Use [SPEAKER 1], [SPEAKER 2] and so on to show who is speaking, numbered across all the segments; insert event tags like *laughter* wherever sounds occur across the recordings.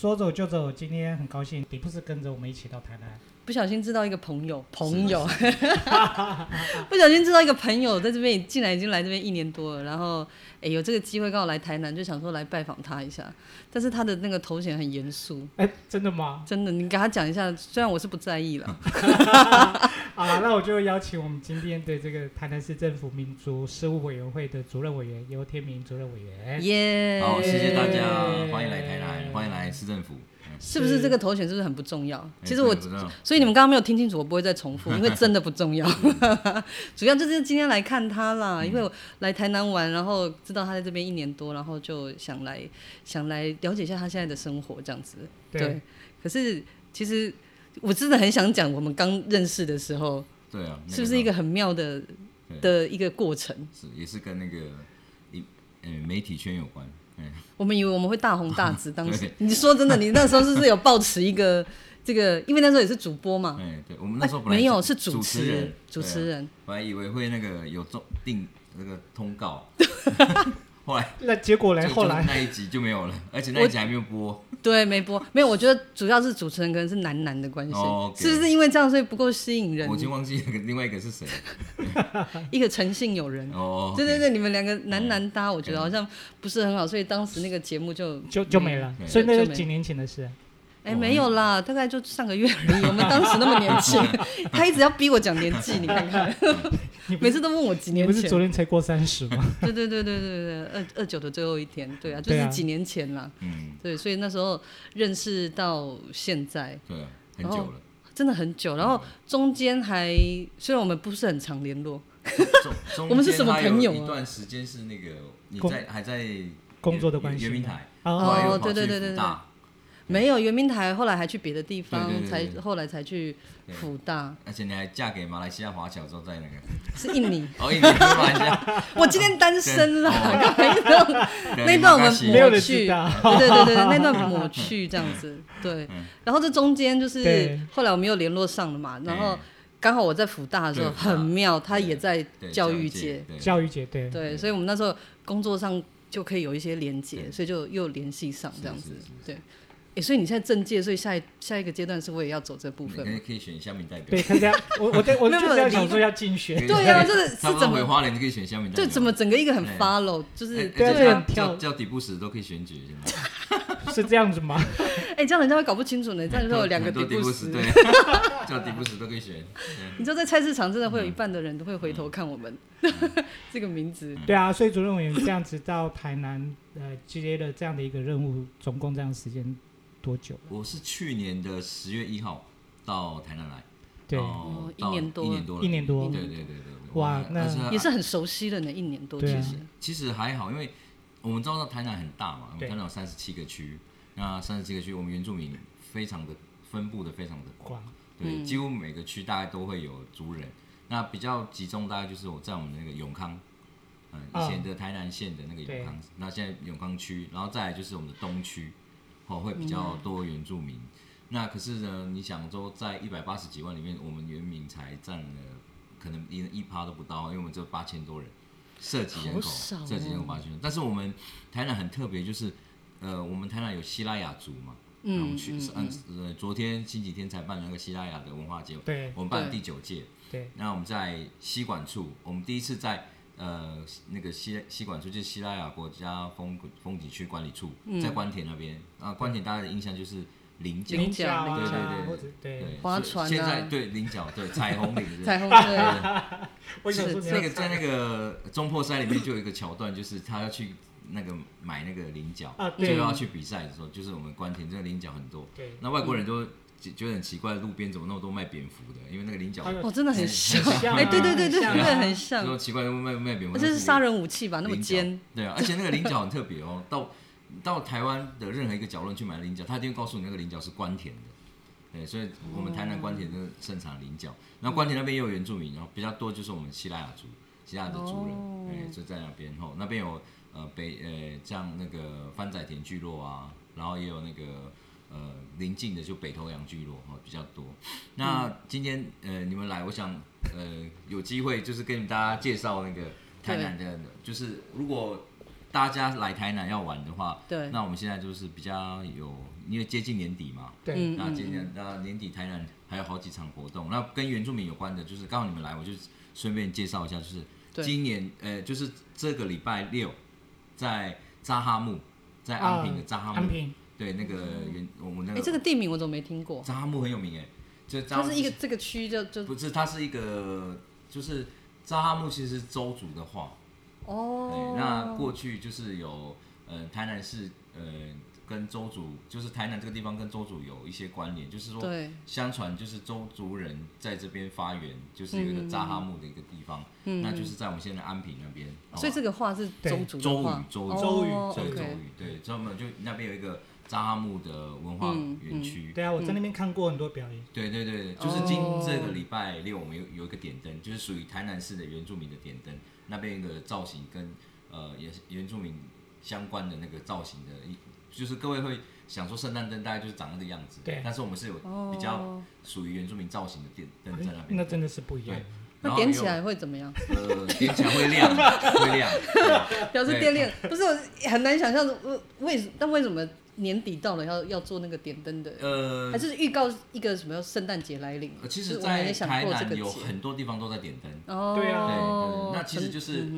[SPEAKER 1] 说走就走，今天很高兴，迪布斯跟着我们一起到台南。
[SPEAKER 2] 不小心知道一个朋友，朋友， *laughs* 不小心知道一个朋友在这边也进来已经来这边一年多了，然后哎、有这个机会刚好来台南，就想说来拜访他一下，但是他的那个头衔很严肃，
[SPEAKER 1] 哎、真的吗？
[SPEAKER 2] 真的，你给他讲一下，虽然我是不在意了，
[SPEAKER 1] 好啦，那我就邀请我们今天的这个台南市政府民族事务委员会的主任委员尤天明主任委
[SPEAKER 3] 哎
[SPEAKER 1] 员。
[SPEAKER 2] 耶、
[SPEAKER 3] 好，谢谢大家
[SPEAKER 2] 呃
[SPEAKER 1] 耶，
[SPEAKER 3] 欢迎来台南，欢迎来市政府。嗯
[SPEAKER 2] 是不是这个头衔是不是很不重要？
[SPEAKER 3] 哎
[SPEAKER 2] 其实我
[SPEAKER 3] 真的不知道
[SPEAKER 2] 所以你们刚刚没有听清楚，我不会再重
[SPEAKER 3] 嗯
[SPEAKER 2] 复，因为真的不重要。 *laughs* 主要就是今天来看他啦，因为我来台南玩，然后知道他在这边一年多，然后就想来想来了解一下他现在的生活这样子。
[SPEAKER 1] 对
[SPEAKER 2] 可是其实我真的很想讲，我们刚认识的时候，
[SPEAKER 3] 对啊，那
[SPEAKER 2] 是不是一个很妙的
[SPEAKER 3] 对
[SPEAKER 2] 的一个过程？
[SPEAKER 3] 是也是跟那个一呃媒体圈有关？嗯，
[SPEAKER 2] 我们以为我们会大红大紫，当时
[SPEAKER 3] *laughs* 对
[SPEAKER 2] 你说真的，你那时候是不是有抱持一个这个？因为那时候也是主播嘛，
[SPEAKER 3] 哎，对，我们那时候
[SPEAKER 2] 哎
[SPEAKER 3] 本来
[SPEAKER 2] 没有
[SPEAKER 3] 主
[SPEAKER 2] 是主
[SPEAKER 3] 持人，
[SPEAKER 2] 主
[SPEAKER 3] 对啊
[SPEAKER 2] 持人，
[SPEAKER 3] 本来以为会那个有中定那个通
[SPEAKER 2] *laughs*
[SPEAKER 3] 告，后来
[SPEAKER 1] 那结果嘞，
[SPEAKER 3] 就
[SPEAKER 1] 后
[SPEAKER 3] 就
[SPEAKER 1] 来
[SPEAKER 3] 那一集就没有了，而且那一集还没有播。
[SPEAKER 2] 对，没播，没有。我觉得主要是主持人可能是男男的关系，
[SPEAKER 3] 哦，OK
[SPEAKER 2] 是不是因为这样所以不够吸引人
[SPEAKER 3] 我已？经忘记那个另外一个是谁了
[SPEAKER 2] 一个诚信友人，
[SPEAKER 3] 哦，
[SPEAKER 2] 对对
[SPEAKER 3] 对，
[SPEAKER 2] 对，你们两个男男搭，我觉得好像不是很好，所以当时那个节目就
[SPEAKER 1] 就就没了，
[SPEAKER 3] 对
[SPEAKER 1] 所以那
[SPEAKER 2] 就是没了
[SPEAKER 1] 几年前的事。啊
[SPEAKER 2] 哎，没有啦，大概就上个月而已。我们当时那么年
[SPEAKER 3] *laughs*
[SPEAKER 2] 轻，他一直要逼我讲年纪，你看看，
[SPEAKER 1] *laughs* 你不
[SPEAKER 2] 每
[SPEAKER 1] 是
[SPEAKER 2] 次都问我几
[SPEAKER 1] 你
[SPEAKER 2] 年
[SPEAKER 1] 不是
[SPEAKER 2] 前
[SPEAKER 1] 昨。天才过三十吗？
[SPEAKER 2] *laughs* 对对对对对对，二二九的最后一天，对啊，就
[SPEAKER 1] 对啊
[SPEAKER 2] 是几年前啦。
[SPEAKER 3] 嗯，
[SPEAKER 2] 对，所以那时候认识到现在，
[SPEAKER 3] 对啊，很久了，
[SPEAKER 2] 真的很久，然后中间还虽然我们不是很常联络，
[SPEAKER 3] 嗯
[SPEAKER 2] *laughs*
[SPEAKER 3] 中
[SPEAKER 2] 我们是什么
[SPEAKER 3] 中间
[SPEAKER 2] 朋友
[SPEAKER 3] 还有
[SPEAKER 2] 啊
[SPEAKER 3] 一段时间是那个你
[SPEAKER 1] 工
[SPEAKER 3] 在还在
[SPEAKER 1] 工作的关系
[SPEAKER 3] 圆明台，
[SPEAKER 1] 哦
[SPEAKER 3] 后来又跑
[SPEAKER 2] 对对
[SPEAKER 3] 去
[SPEAKER 2] 对对
[SPEAKER 3] 福
[SPEAKER 2] 对
[SPEAKER 3] 大
[SPEAKER 2] 没有圆明台，后来还去别的地方，
[SPEAKER 3] 对对对对
[SPEAKER 2] 才
[SPEAKER 3] 对
[SPEAKER 2] 后来才去
[SPEAKER 3] 对
[SPEAKER 2] 辅大，
[SPEAKER 3] 而且你还嫁给马来西亚华侨之后，在那个
[SPEAKER 2] 是印尼。
[SPEAKER 3] 哦，印尼跟马来西亚，
[SPEAKER 2] 我今天单身了，
[SPEAKER 3] 对
[SPEAKER 2] 那一段那段我们
[SPEAKER 1] 没有
[SPEAKER 2] 抹
[SPEAKER 1] 人
[SPEAKER 2] 去，
[SPEAKER 1] 知道
[SPEAKER 2] 对对对对，对那段抹去这样
[SPEAKER 3] *laughs*
[SPEAKER 2] 子，对。
[SPEAKER 3] 嗯
[SPEAKER 2] 然后这中间就是
[SPEAKER 1] 对
[SPEAKER 2] 后来我们又联络上了嘛，然后
[SPEAKER 3] 嗯
[SPEAKER 2] 刚好我在辅大的时候
[SPEAKER 3] 对辅大
[SPEAKER 2] 很妙，他也在
[SPEAKER 3] 对
[SPEAKER 2] 教育界，
[SPEAKER 3] 对
[SPEAKER 1] 教育节对，
[SPEAKER 2] 对，所以我们那时候工作上就可以有一些连接，
[SPEAKER 3] 嗯对
[SPEAKER 2] 所以就又联系上这样子
[SPEAKER 3] 是是是。
[SPEAKER 2] 对，诶，所以你现在政界，所以下一下一个阶段是我也要走这部
[SPEAKER 3] 你
[SPEAKER 2] 分
[SPEAKER 3] 可以
[SPEAKER 2] 吗。
[SPEAKER 3] 可以选乡民代表
[SPEAKER 1] 对，，看这样，我我在我
[SPEAKER 2] 没
[SPEAKER 1] 就是
[SPEAKER 2] 有没有
[SPEAKER 1] 要
[SPEAKER 2] 你
[SPEAKER 1] 想说要竞选，
[SPEAKER 2] 对啊就是是
[SPEAKER 3] 他们
[SPEAKER 2] 怎么
[SPEAKER 3] 回花莲就可以选乡民代
[SPEAKER 2] 就
[SPEAKER 3] 表，
[SPEAKER 2] 怎么整个一个很
[SPEAKER 3] 对
[SPEAKER 2] follow，就
[SPEAKER 3] 哎
[SPEAKER 2] 是
[SPEAKER 1] 对啊
[SPEAKER 3] 哎
[SPEAKER 1] 对啊
[SPEAKER 3] 叫
[SPEAKER 1] 跳
[SPEAKER 3] 叫叫底部时都可以选举，现在
[SPEAKER 1] 是这样子吗？
[SPEAKER 2] 哎，这样人家会搞不清楚呢。这样说有 *laughs* 两个
[SPEAKER 3] *laughs* 很多
[SPEAKER 2] 底
[SPEAKER 3] 底
[SPEAKER 2] 部
[SPEAKER 3] 部
[SPEAKER 2] 时
[SPEAKER 3] 时，，
[SPEAKER 2] *laughs*
[SPEAKER 3] 对，叫底部时都可以选，
[SPEAKER 2] 你知道在菜市场真的
[SPEAKER 3] 嗯
[SPEAKER 2] 会有一半的人都会回头看我们 *laughs* 这个名字。
[SPEAKER 1] 对啊，所以主任委员这样子到台南，呃，接了这样的一个任务，总共这样时间多久？
[SPEAKER 3] 我是去年的十月一号到台南来，
[SPEAKER 1] 对，
[SPEAKER 3] 哦
[SPEAKER 2] 哦一年
[SPEAKER 3] 到
[SPEAKER 2] 多
[SPEAKER 3] 一年多了，
[SPEAKER 1] 一年多
[SPEAKER 3] 对对对对对，
[SPEAKER 1] 哇那
[SPEAKER 3] 而且它
[SPEAKER 2] 也是很熟悉了呢，一年多其
[SPEAKER 1] 对啊
[SPEAKER 2] 实。
[SPEAKER 3] 其实还好，因为我们知道台南很大嘛，我
[SPEAKER 1] 对
[SPEAKER 3] 们台南有三十七个区，那三十七个区，我们原住民非常的分布的非常的广，
[SPEAKER 1] 哇，
[SPEAKER 3] 对，
[SPEAKER 2] 嗯
[SPEAKER 3] 几乎每个区大概都会有族人。那比较集中，大概就是我在我们那个永康，嗯，
[SPEAKER 1] 啊
[SPEAKER 3] 以前的台南县的那个永康，那现在永康区，然后再来就是我们的东区，哦，会比
[SPEAKER 2] 嗯
[SPEAKER 3] 较多原住民。那可是呢，你想说，在一百八十几万里面，我们原民才占了可能一一趴都不到，因为我们只有八千多人，涉及人口，
[SPEAKER 2] 好少哦
[SPEAKER 3] 涉及人口八千多。但是我们台南很特别，就是呃，我们台南有希拉雅族嘛，
[SPEAKER 2] 嗯
[SPEAKER 3] 那我们去
[SPEAKER 2] 嗯
[SPEAKER 3] 是按呃昨天星期天才办了那个希拉雅的文化节，
[SPEAKER 1] 对
[SPEAKER 3] 我们办了
[SPEAKER 2] 对
[SPEAKER 3] 第九届，
[SPEAKER 1] 对，
[SPEAKER 3] 那我们在西管处，我们第一次在呃那个西西管处，就是西拉雅国家风风景区管理处，
[SPEAKER 2] 嗯
[SPEAKER 3] 在关田那边啊，关田大家的印象就是菱角，
[SPEAKER 2] 菱
[SPEAKER 1] 角啊，
[SPEAKER 3] 菱角对对对
[SPEAKER 1] 或者对，
[SPEAKER 3] 对，
[SPEAKER 2] 划
[SPEAKER 3] 所以
[SPEAKER 2] 船啊
[SPEAKER 3] 现在对菱角，
[SPEAKER 2] *laughs*
[SPEAKER 3] 对彩虹菱，
[SPEAKER 2] 彩虹
[SPEAKER 3] 对
[SPEAKER 2] 对。
[SPEAKER 1] 我想说
[SPEAKER 2] 是
[SPEAKER 1] 你
[SPEAKER 3] 那
[SPEAKER 1] 要
[SPEAKER 3] 个在那个中破山里面就有一个桥段，就是他要去那个买那个菱角
[SPEAKER 1] 啊，
[SPEAKER 3] 就
[SPEAKER 1] 对
[SPEAKER 3] 要去比赛的时候，就是我们关田这个菱角很多，
[SPEAKER 1] 对，
[SPEAKER 3] 那外国人都觉觉得很奇怪，路边怎么那么多卖蝙蝠的？因为那个菱角
[SPEAKER 1] 还有
[SPEAKER 2] 哦，真的很像，
[SPEAKER 1] 像啊
[SPEAKER 2] 哎、对对对对，
[SPEAKER 1] 像啊
[SPEAKER 2] 真的很像
[SPEAKER 3] 然，后奇怪，卖卖蝙蝠，
[SPEAKER 2] 这是杀
[SPEAKER 3] 人
[SPEAKER 2] 人武器吧？那么尖，。
[SPEAKER 3] 对啊，而且那个菱角很特别哦， *laughs* 到到台湾的任何一个角落去买菱角，他一定会告诉你那个菱角是关田的。对，所以我们台南关田的盛产菱角，然后关田那边也有原住民，然后比较多就是我们西拉雅族，西拉雅的族人，
[SPEAKER 2] 哦
[SPEAKER 3] 哎、就在那边吼，那边有呃北呃像那个番仔田聚落啊，然后也有那个呃邻近的就北投洋聚落哦比较多。那今天呃你们来，我想呃有机会就是跟你们大家介绍那个台南的，就是如果大家来台南要玩的话，
[SPEAKER 2] 对
[SPEAKER 3] 那我们现在就是比较有因为接近年底嘛，
[SPEAKER 1] 对，
[SPEAKER 2] 嗯
[SPEAKER 3] 那今年那年底台南还有好几场活动，那跟原住民有关的，就是刚好你们来，我就顺便介绍一下，就是
[SPEAKER 2] 对
[SPEAKER 3] 今年呃，就是这个礼拜六在扎哈木，在安平的扎
[SPEAKER 2] 哦
[SPEAKER 3] 哈
[SPEAKER 1] 啊安
[SPEAKER 3] 木，
[SPEAKER 1] 平，
[SPEAKER 3] 对那个原我们那
[SPEAKER 2] 哎、
[SPEAKER 3] 个
[SPEAKER 2] 这个地名我怎么没听过？
[SPEAKER 3] 扎哈木很有名哎，就扎
[SPEAKER 2] 它
[SPEAKER 3] 哈
[SPEAKER 2] 是
[SPEAKER 3] 木
[SPEAKER 2] 一个这个区叫就
[SPEAKER 3] 不是它是一个就是扎哈木其实是周族的话，
[SPEAKER 2] 哦
[SPEAKER 3] 对，，那过去就是有呃台南市呃跟周族，就是台南这个地方跟周族有一些关联，就是说。
[SPEAKER 2] 对，
[SPEAKER 3] 相传就是周族人在这边发源，就是有一个扎哈木的一个地方，那就是在我们现在安平那边。
[SPEAKER 2] 嗯所以这个话是
[SPEAKER 1] 对
[SPEAKER 2] 周族的话，
[SPEAKER 3] 周
[SPEAKER 1] 语周语
[SPEAKER 2] 哦
[SPEAKER 3] 所以周
[SPEAKER 2] OK
[SPEAKER 3] 语对，专门就那边有一个扎哈木的文化
[SPEAKER 2] 嗯
[SPEAKER 3] 园区。
[SPEAKER 1] 对啊，我在那边看过很多表演，
[SPEAKER 3] 对对对，就是今
[SPEAKER 2] 哦
[SPEAKER 3] 这个礼拜六，我们有有一个点灯，就是属于台南市的原住民的点灯，那边有一个造型跟呃原原住民相关的那个造型的一，就是各位会想说圣诞灯大概就是长那个样子，
[SPEAKER 1] 对
[SPEAKER 3] 但是我们是有比较
[SPEAKER 2] 哦，
[SPEAKER 3] 属于原住民造型的电灯在那边。
[SPEAKER 1] 那真的是不一样
[SPEAKER 3] 对。
[SPEAKER 2] 那
[SPEAKER 3] 然后
[SPEAKER 2] 点起来会怎么样？ *laughs*
[SPEAKER 3] 还有，呃，点起来会亮，会亮。对
[SPEAKER 2] 表示电恋不是我很难想象，呃为什但为什么年底到了要要做那个点灯的？
[SPEAKER 3] 呃
[SPEAKER 2] 还，是预告一个什么圣诞节来临
[SPEAKER 3] 呃？其
[SPEAKER 2] 就
[SPEAKER 3] 实，
[SPEAKER 2] 是我们
[SPEAKER 3] 在
[SPEAKER 2] 也想
[SPEAKER 3] 台
[SPEAKER 2] 过这个
[SPEAKER 3] 南
[SPEAKER 2] 节
[SPEAKER 3] 有很多地方都在点灯。
[SPEAKER 2] 哦，
[SPEAKER 1] 对啊
[SPEAKER 3] 对对，那其实
[SPEAKER 2] 很
[SPEAKER 3] 就是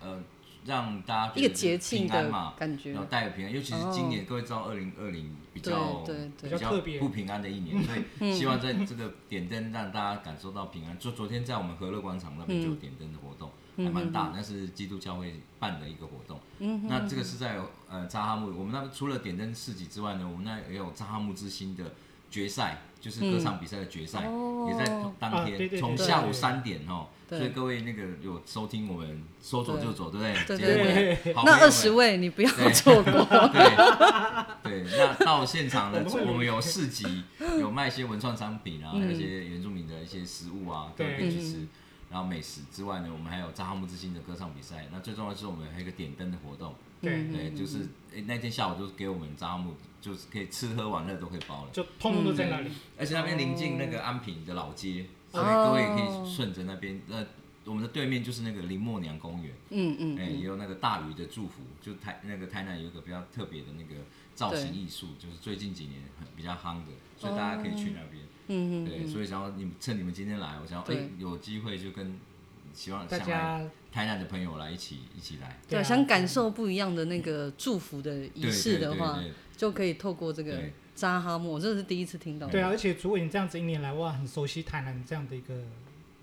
[SPEAKER 3] 呃呃，让大家觉
[SPEAKER 2] 一
[SPEAKER 3] 得
[SPEAKER 2] 个节庆
[SPEAKER 3] 平安
[SPEAKER 2] 的
[SPEAKER 3] 嘛，
[SPEAKER 2] 感觉
[SPEAKER 3] 然后，带个平安，尤其是今年，各位知道，二零二零比较
[SPEAKER 2] 哦对对嗯
[SPEAKER 1] 对
[SPEAKER 3] 比
[SPEAKER 1] 比较特别
[SPEAKER 3] 不平安的
[SPEAKER 2] *laughs*
[SPEAKER 3] 一年，所以希望在这个点灯让大家感受到平安。就昨天在我们和乐广场那
[SPEAKER 2] 嗯
[SPEAKER 3] 边就有点灯的活动，还蛮大，那是基督教会办的一个活动。
[SPEAKER 2] 嗯
[SPEAKER 3] 那这个是在呃扎哈木，我们那边除了点灯市集之外呢，我们那也有扎哈木之星的决赛，就是歌唱比赛的决赛，
[SPEAKER 2] 嗯哦
[SPEAKER 3] 也在当
[SPEAKER 1] 啊对对
[SPEAKER 3] 天，
[SPEAKER 1] 对
[SPEAKER 3] 从
[SPEAKER 1] 对
[SPEAKER 3] 下午
[SPEAKER 1] 对
[SPEAKER 3] 三点哦。
[SPEAKER 2] 对
[SPEAKER 3] 所以各位那个有收听我们说走就走，对不对？
[SPEAKER 2] 对对
[SPEAKER 1] 对
[SPEAKER 3] 结果好朋友
[SPEAKER 2] 那
[SPEAKER 3] 们
[SPEAKER 2] 二十位你不要
[SPEAKER 3] 对
[SPEAKER 2] 错
[SPEAKER 3] *laughs*
[SPEAKER 2] 过。
[SPEAKER 3] 对
[SPEAKER 1] *laughs*
[SPEAKER 3] 对，那到现场呢
[SPEAKER 1] 我们，会嗯
[SPEAKER 3] 我们有市集，
[SPEAKER 1] *laughs*
[SPEAKER 3] 有卖一些文创商品啊，还有一些原住民的一些食物啊，各位可以去吃。然后美食之外呢，我们还有扎哈木之星的歌唱比赛。那最重要的是，我们还有一个点灯的活动，
[SPEAKER 1] 对，
[SPEAKER 2] 嗯
[SPEAKER 3] 对，就是诶那天下午就是给我们扎哈木，就是可以吃喝玩乐都可以包了。
[SPEAKER 1] 就通通都在那里。哦
[SPEAKER 3] 而且那边临近那个安平的老街，所以各位也可以顺着那边。那我们的对面就是那个林默娘公园，
[SPEAKER 2] 嗯嗯
[SPEAKER 3] 哎、
[SPEAKER 2] 嗯，
[SPEAKER 3] 也有那个大鱼的祝福，就台那个台南有一个比较特别的那个造型艺术，就是最近几年很比较夯的，所以大家可以去那
[SPEAKER 2] 嗯
[SPEAKER 3] 边。
[SPEAKER 2] 嗯
[SPEAKER 3] 对，所以想要你们趁你们今天来，我想要哎、
[SPEAKER 2] 对
[SPEAKER 3] 有机会就跟希望
[SPEAKER 1] 大
[SPEAKER 3] 想来
[SPEAKER 1] 家
[SPEAKER 3] 台南的朋友来一起一起来。
[SPEAKER 1] 对啊
[SPEAKER 2] 对，想感受不一样的那个祝福的仪
[SPEAKER 3] 对
[SPEAKER 2] 式
[SPEAKER 3] 对
[SPEAKER 2] 的
[SPEAKER 3] 对
[SPEAKER 2] 话，
[SPEAKER 3] 对，
[SPEAKER 2] 就可以透过这个
[SPEAKER 3] 对
[SPEAKER 2] 扎哈木，我真的是第一次听到。
[SPEAKER 1] 对啊，而且主委你这样子一年来，哇，很熟悉台南这样的一个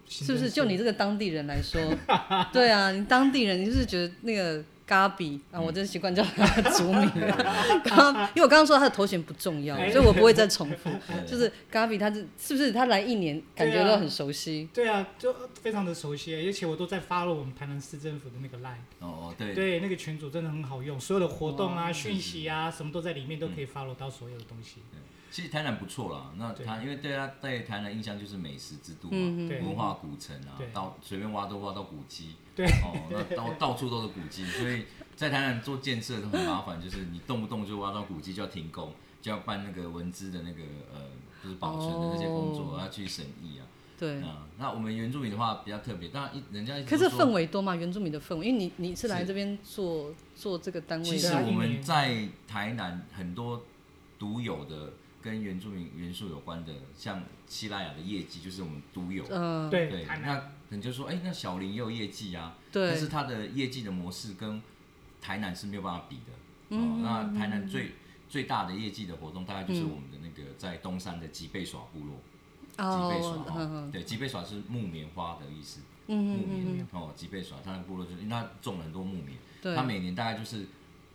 [SPEAKER 1] 行政
[SPEAKER 2] 是
[SPEAKER 1] 区，
[SPEAKER 2] 不是就你这个当地人来说， *laughs* 对啊，你当地人你就是觉得那个嘎比啊，
[SPEAKER 3] 嗯
[SPEAKER 2] 我真习惯叫他的族
[SPEAKER 3] *laughs*
[SPEAKER 2] 名了。刚因为我刚刚说他的头衔不重要，
[SPEAKER 1] 哎
[SPEAKER 2] 所以我不会再重复。
[SPEAKER 3] *laughs* 对
[SPEAKER 2] 就是嘎比，他是是不是他来一年感觉
[SPEAKER 1] 对啊
[SPEAKER 2] 都很熟悉？
[SPEAKER 1] 对啊，就呃非常的熟悉，而且我都在发了我们台南市政府的那个 line，
[SPEAKER 3] 哦哦对
[SPEAKER 1] 对，那个群组真的很好用，所有的活动啊、
[SPEAKER 2] 哇
[SPEAKER 1] 讯息啊，什么都在里面，都
[SPEAKER 3] 嗯
[SPEAKER 1] 可以 follow 到所有的东西。
[SPEAKER 3] 其实台南不错啦，那
[SPEAKER 1] 对
[SPEAKER 3] 他因为对他对台南印象就是美食之都嘛，
[SPEAKER 2] 嗯
[SPEAKER 1] 对
[SPEAKER 3] 文化古城啊
[SPEAKER 1] 对，
[SPEAKER 3] 到随便挖都挖到古迹，
[SPEAKER 1] 对
[SPEAKER 3] 哦，那到到处都是古迹，所以在台南做建设都很麻烦，就是你动不动就挖到古迹就要停工，就要办那个文资的那个呃，就是保存的那些工作，
[SPEAKER 2] 哦
[SPEAKER 3] 要去审议啊。
[SPEAKER 2] 对。
[SPEAKER 3] 啊，那我们原住民的话比较特别，当然一人家一直
[SPEAKER 2] 可是
[SPEAKER 3] 都说
[SPEAKER 2] 氛围多嘛，原住民的氛围，因为你你是来
[SPEAKER 3] 是
[SPEAKER 2] 这边做做这个单位
[SPEAKER 3] 其实
[SPEAKER 1] 对啊
[SPEAKER 2] 的，
[SPEAKER 3] 我
[SPEAKER 1] 一
[SPEAKER 3] 们
[SPEAKER 1] 年
[SPEAKER 3] 在台南很多独有的跟原住民元素有关的，像希拉雅的业绩就是我们独有。
[SPEAKER 2] 嗯，
[SPEAKER 1] 对，
[SPEAKER 3] 对，
[SPEAKER 1] 台
[SPEAKER 3] 那
[SPEAKER 1] 南，
[SPEAKER 3] 可能就说，哎、那小林也有业绩啊，但
[SPEAKER 2] 对
[SPEAKER 3] 是它的业绩的模式跟台南是没有办法比的。哦，
[SPEAKER 2] 嗯
[SPEAKER 3] 那台南最最大的业绩的活动，大概就是我们的那个在东山的吉贝耍部落，吉贝耍
[SPEAKER 2] 哦，
[SPEAKER 3] 哦，
[SPEAKER 2] 嗯
[SPEAKER 3] 对，吉贝耍是木棉花的意思，
[SPEAKER 2] 嗯嗯
[SPEAKER 3] 木
[SPEAKER 2] 嗯，
[SPEAKER 3] 棉哦，吉贝耍，它的部落就是因为它种了很多木棉，
[SPEAKER 2] 对
[SPEAKER 3] 它，每年大概就是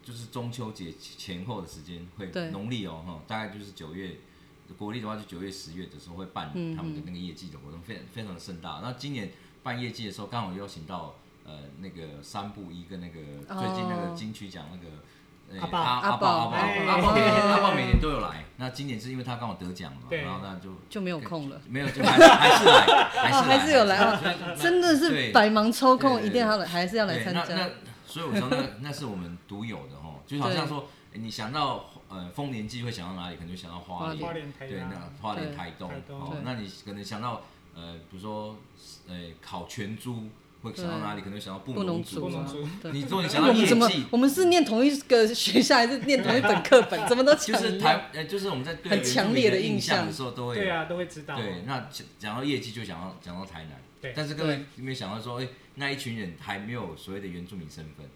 [SPEAKER 3] 就是中秋节前后的时间会
[SPEAKER 2] 对
[SPEAKER 3] 农历哦哈，大概就是九月，国历的话就九月十月的时候会办他们的那个业绩的活动，非非常的盛大。那今年办业绩的时候，刚好邀请到呃那个三步一跟那个
[SPEAKER 2] 哦
[SPEAKER 3] 最近那个金曲奖那个。呃
[SPEAKER 1] 阿豹
[SPEAKER 3] 阿
[SPEAKER 2] 阿
[SPEAKER 3] 豹
[SPEAKER 2] 豹
[SPEAKER 3] 阿豹
[SPEAKER 1] 哎
[SPEAKER 3] 阿豹每年阿豹每年都有来，那今年是因为他刚好得奖嘛，
[SPEAKER 1] 对
[SPEAKER 3] 然后那就
[SPEAKER 2] 就没有空了。
[SPEAKER 3] 没有就还是还是来，还是
[SPEAKER 2] 哦，还是有来
[SPEAKER 3] 所以
[SPEAKER 2] 哦，真的
[SPEAKER 3] 对
[SPEAKER 2] 是百忙抽空，
[SPEAKER 3] 对对
[SPEAKER 2] 一定要来，还是要来
[SPEAKER 3] 对，
[SPEAKER 2] 参
[SPEAKER 3] 那那
[SPEAKER 2] 加。
[SPEAKER 3] 所以我说那那是我们独有的哦，就好像说诶你想到呃丰年祭会想到哪里，可能就想到花
[SPEAKER 1] 花
[SPEAKER 3] 莲，
[SPEAKER 1] 莲台
[SPEAKER 3] 对，
[SPEAKER 1] 南
[SPEAKER 3] 那，花莲
[SPEAKER 2] 对
[SPEAKER 3] 台东
[SPEAKER 1] 台东
[SPEAKER 3] 哦
[SPEAKER 2] 对，
[SPEAKER 3] 那你可能想到呃比如说呃烤全猪。会想到哪里？可能会想到布
[SPEAKER 2] 布农
[SPEAKER 3] 族
[SPEAKER 2] 族
[SPEAKER 1] 布
[SPEAKER 3] 啊
[SPEAKER 1] 农
[SPEAKER 2] 啊
[SPEAKER 1] 族，
[SPEAKER 2] 对。
[SPEAKER 3] 你说你想
[SPEAKER 2] 那
[SPEAKER 3] 到
[SPEAKER 2] 我们
[SPEAKER 3] 业
[SPEAKER 2] 怎么
[SPEAKER 3] 绩？，
[SPEAKER 2] 我们是念同一个学校，还是念同一本课本？怎么都
[SPEAKER 3] 就
[SPEAKER 2] 抢
[SPEAKER 3] 是
[SPEAKER 2] 一样？
[SPEAKER 3] 台呃，就是我们在对
[SPEAKER 2] 很
[SPEAKER 3] 原住
[SPEAKER 2] 强
[SPEAKER 3] 民
[SPEAKER 2] 烈
[SPEAKER 3] 的
[SPEAKER 2] 的印
[SPEAKER 3] 象
[SPEAKER 2] 象
[SPEAKER 3] 的时候，都会
[SPEAKER 1] 对
[SPEAKER 3] 有
[SPEAKER 1] 啊，都会知道。
[SPEAKER 3] 对，那讲讲到业绩就想到讲到台南，
[SPEAKER 1] 对
[SPEAKER 3] 但是各位有没有想到说，哎、那一群人还没有所谓的原住民身份，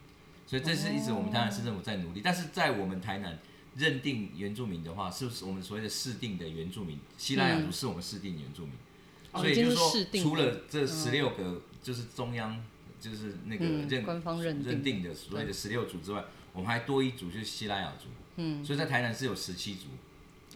[SPEAKER 3] 所以这是一直我们台南市政府在努力，但是在我们台南认定原住民的话，是不是我们所谓的市定的原住民，西拉雅族是我们市定原住民，
[SPEAKER 2] 嗯哦
[SPEAKER 3] 所以就是
[SPEAKER 2] 已经是市
[SPEAKER 3] 说，
[SPEAKER 2] 定
[SPEAKER 3] 除
[SPEAKER 2] 的
[SPEAKER 3] 了这十六个就是中央就是那个
[SPEAKER 2] 嗯
[SPEAKER 3] 认、
[SPEAKER 2] 官方认定
[SPEAKER 3] 认定的所谓的十六族之外，我们还多一族就是西拉雅族，嗯，所以在台南是有十七族。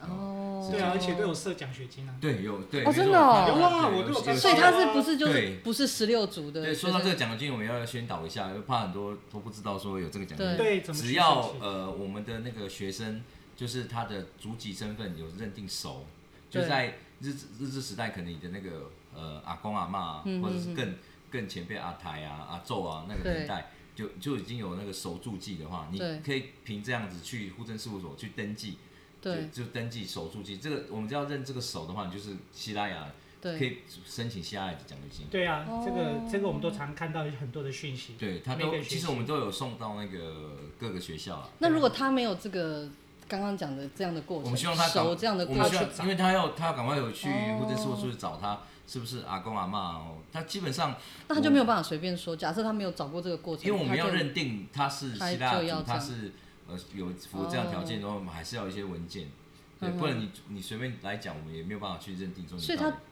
[SPEAKER 2] 哦，
[SPEAKER 1] 对啊，而且都有设奖学金啊。
[SPEAKER 3] 对，有对，
[SPEAKER 2] 哦
[SPEAKER 3] 没错
[SPEAKER 2] 真的哦
[SPEAKER 3] 有
[SPEAKER 1] 哇
[SPEAKER 3] 对
[SPEAKER 1] 我都有
[SPEAKER 3] 有
[SPEAKER 1] 看到
[SPEAKER 2] 所以他是不是就
[SPEAKER 3] 对
[SPEAKER 2] 是不是十六组的学
[SPEAKER 3] 对，
[SPEAKER 2] 生？
[SPEAKER 3] 说到这个奖学金，我们要宣导一下，因为怕很多都不知道说有这个奖学
[SPEAKER 1] 对，
[SPEAKER 3] 金。
[SPEAKER 1] 怎么去
[SPEAKER 3] 只要
[SPEAKER 1] 申请
[SPEAKER 3] 呃我们的那个学生，就是他的族籍身份有认定熟，就
[SPEAKER 2] 对
[SPEAKER 3] 在日治日治时代，可能你的那个呃阿公阿妈、啊，
[SPEAKER 2] 嗯
[SPEAKER 3] 或者是更更前辈阿台啊、阿昼啊那个年代，就就已经有那个熟住记的话，你
[SPEAKER 2] 对
[SPEAKER 3] 可以凭这样子去户政事务所去登记，
[SPEAKER 2] 对
[SPEAKER 3] 就就登记熟住记。这个我们只要认这个熟的话，你就是希拉雅可
[SPEAKER 2] 对，
[SPEAKER 3] 以申请希拉雅的奖学金。
[SPEAKER 1] 对啊，这个
[SPEAKER 2] 哦
[SPEAKER 1] 这个我们都常看到很多的讯息。
[SPEAKER 3] 对他
[SPEAKER 1] 每
[SPEAKER 3] 都，
[SPEAKER 1] 个学
[SPEAKER 3] 其
[SPEAKER 1] 期
[SPEAKER 3] 实我们都有送到那个各个学校啊。
[SPEAKER 2] 那如果他没有这个刚刚讲的这样的过
[SPEAKER 3] 我
[SPEAKER 2] 程，
[SPEAKER 3] 们希望他
[SPEAKER 2] 熟
[SPEAKER 3] 赶
[SPEAKER 2] 这样的
[SPEAKER 3] 我
[SPEAKER 2] 过
[SPEAKER 3] 们希
[SPEAKER 2] 程
[SPEAKER 3] 望，因为他要他要赶快有去
[SPEAKER 2] 哦
[SPEAKER 3] 户政事务处去找他，是不是阿公阿妈哦？他基本上，
[SPEAKER 2] 那他就没有办法随便说。假设他没有找过这个过程，
[SPEAKER 3] 因为我们要
[SPEAKER 2] 他就
[SPEAKER 3] 认定他是希
[SPEAKER 2] 他
[SPEAKER 3] 腊
[SPEAKER 2] 就要
[SPEAKER 3] 族，
[SPEAKER 2] 这
[SPEAKER 3] 他
[SPEAKER 2] 样
[SPEAKER 3] 是呃有符合这样条件的话，我们还是要一些文件，对，
[SPEAKER 2] 嗯哼
[SPEAKER 3] 不然你你随便来讲，我们也没有办法去认定说你
[SPEAKER 2] 所以
[SPEAKER 3] 到底。
[SPEAKER 2] 他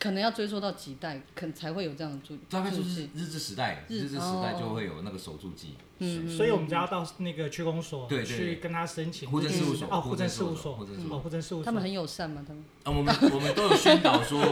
[SPEAKER 2] 可能要追溯到几代，可能才会有这样的注
[SPEAKER 3] 大概就
[SPEAKER 2] 注
[SPEAKER 3] 是
[SPEAKER 2] 记
[SPEAKER 3] 日治时代，
[SPEAKER 2] 日
[SPEAKER 3] 日治时代
[SPEAKER 2] 哦
[SPEAKER 3] 就会有那个守住记，
[SPEAKER 2] 嗯，
[SPEAKER 1] 所以我们就要到那个区公所
[SPEAKER 3] 对对对
[SPEAKER 1] 去跟他申请
[SPEAKER 3] 户政事务所
[SPEAKER 1] 哦，户政事务
[SPEAKER 3] 户
[SPEAKER 1] 所
[SPEAKER 3] 政事务所户政事务，所
[SPEAKER 1] 哦，户政事务
[SPEAKER 2] 他们
[SPEAKER 1] 所。
[SPEAKER 2] 很友善嘛，他们
[SPEAKER 3] 啊，
[SPEAKER 2] *laughs*
[SPEAKER 3] 我们我们都有宣导说，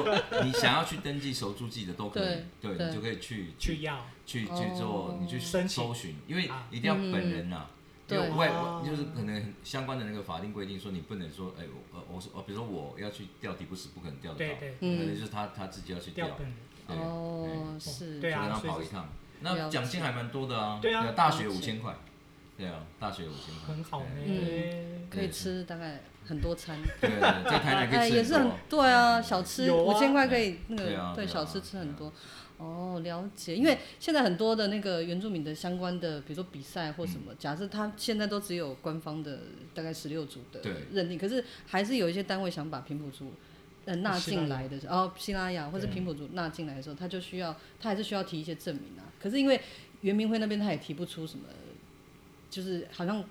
[SPEAKER 3] 你想要去登记守住记的都可以，对
[SPEAKER 2] 对
[SPEAKER 3] 你就可以去
[SPEAKER 1] 去要，
[SPEAKER 3] 去
[SPEAKER 2] 哦
[SPEAKER 3] 去做，你去
[SPEAKER 1] 申请
[SPEAKER 3] 搜寻，因为
[SPEAKER 1] 啊
[SPEAKER 3] 一定要本人呐、
[SPEAKER 2] 嗯
[SPEAKER 3] 因
[SPEAKER 2] 对
[SPEAKER 3] 为外
[SPEAKER 1] 哦
[SPEAKER 3] 就是可能相关的那个法定规定说，你不能说，哎、我呃我是呃，比如说我要去调底部是不可能调得到，
[SPEAKER 1] 对
[SPEAKER 2] 对
[SPEAKER 3] 可能就是他他自己要去调
[SPEAKER 1] 调，本人。
[SPEAKER 3] 对，
[SPEAKER 2] 哦
[SPEAKER 1] 对
[SPEAKER 2] 是，
[SPEAKER 1] 对
[SPEAKER 3] 就
[SPEAKER 1] 啊
[SPEAKER 3] 让他
[SPEAKER 1] 所以
[SPEAKER 3] 跑
[SPEAKER 1] 就
[SPEAKER 3] 一
[SPEAKER 1] 是
[SPEAKER 3] 趟，
[SPEAKER 2] 了
[SPEAKER 3] 那
[SPEAKER 2] 解
[SPEAKER 3] 奖金还蛮多的啊，
[SPEAKER 1] 对啊
[SPEAKER 3] 大学
[SPEAKER 2] 了
[SPEAKER 3] 五
[SPEAKER 2] 解
[SPEAKER 3] 千块，对啊，大学五千块，
[SPEAKER 1] 很好呢、
[SPEAKER 2] 嗯可以吃大概很多餐，
[SPEAKER 3] 对，对对在台南
[SPEAKER 2] *laughs*
[SPEAKER 3] 可
[SPEAKER 2] 哎
[SPEAKER 3] 以吃
[SPEAKER 2] 也是
[SPEAKER 3] 很
[SPEAKER 2] 很
[SPEAKER 3] 多啊
[SPEAKER 2] 对啊，小吃
[SPEAKER 1] 有啊
[SPEAKER 2] 五千块可以那
[SPEAKER 3] 对啊
[SPEAKER 2] 个
[SPEAKER 3] 对啊
[SPEAKER 2] 小吃吃
[SPEAKER 3] 对啊
[SPEAKER 2] 很多。哦，了解，因为现在很多的那个原住民的相关的，比如说比赛或什
[SPEAKER 3] 嗯
[SPEAKER 2] 么，假设他现在都只有官方的大概十六组的
[SPEAKER 3] 对
[SPEAKER 2] 认定，可是还是有一些单位想把平埔族。呃，纳
[SPEAKER 1] 希拉
[SPEAKER 2] 进来的时候，哦，希拉雅或者
[SPEAKER 3] 对
[SPEAKER 2] 平埔族纳进来的时候，他就需要，他还是需要提一些证明啊。可是因为圆明会那边他也提不出什么，就是好像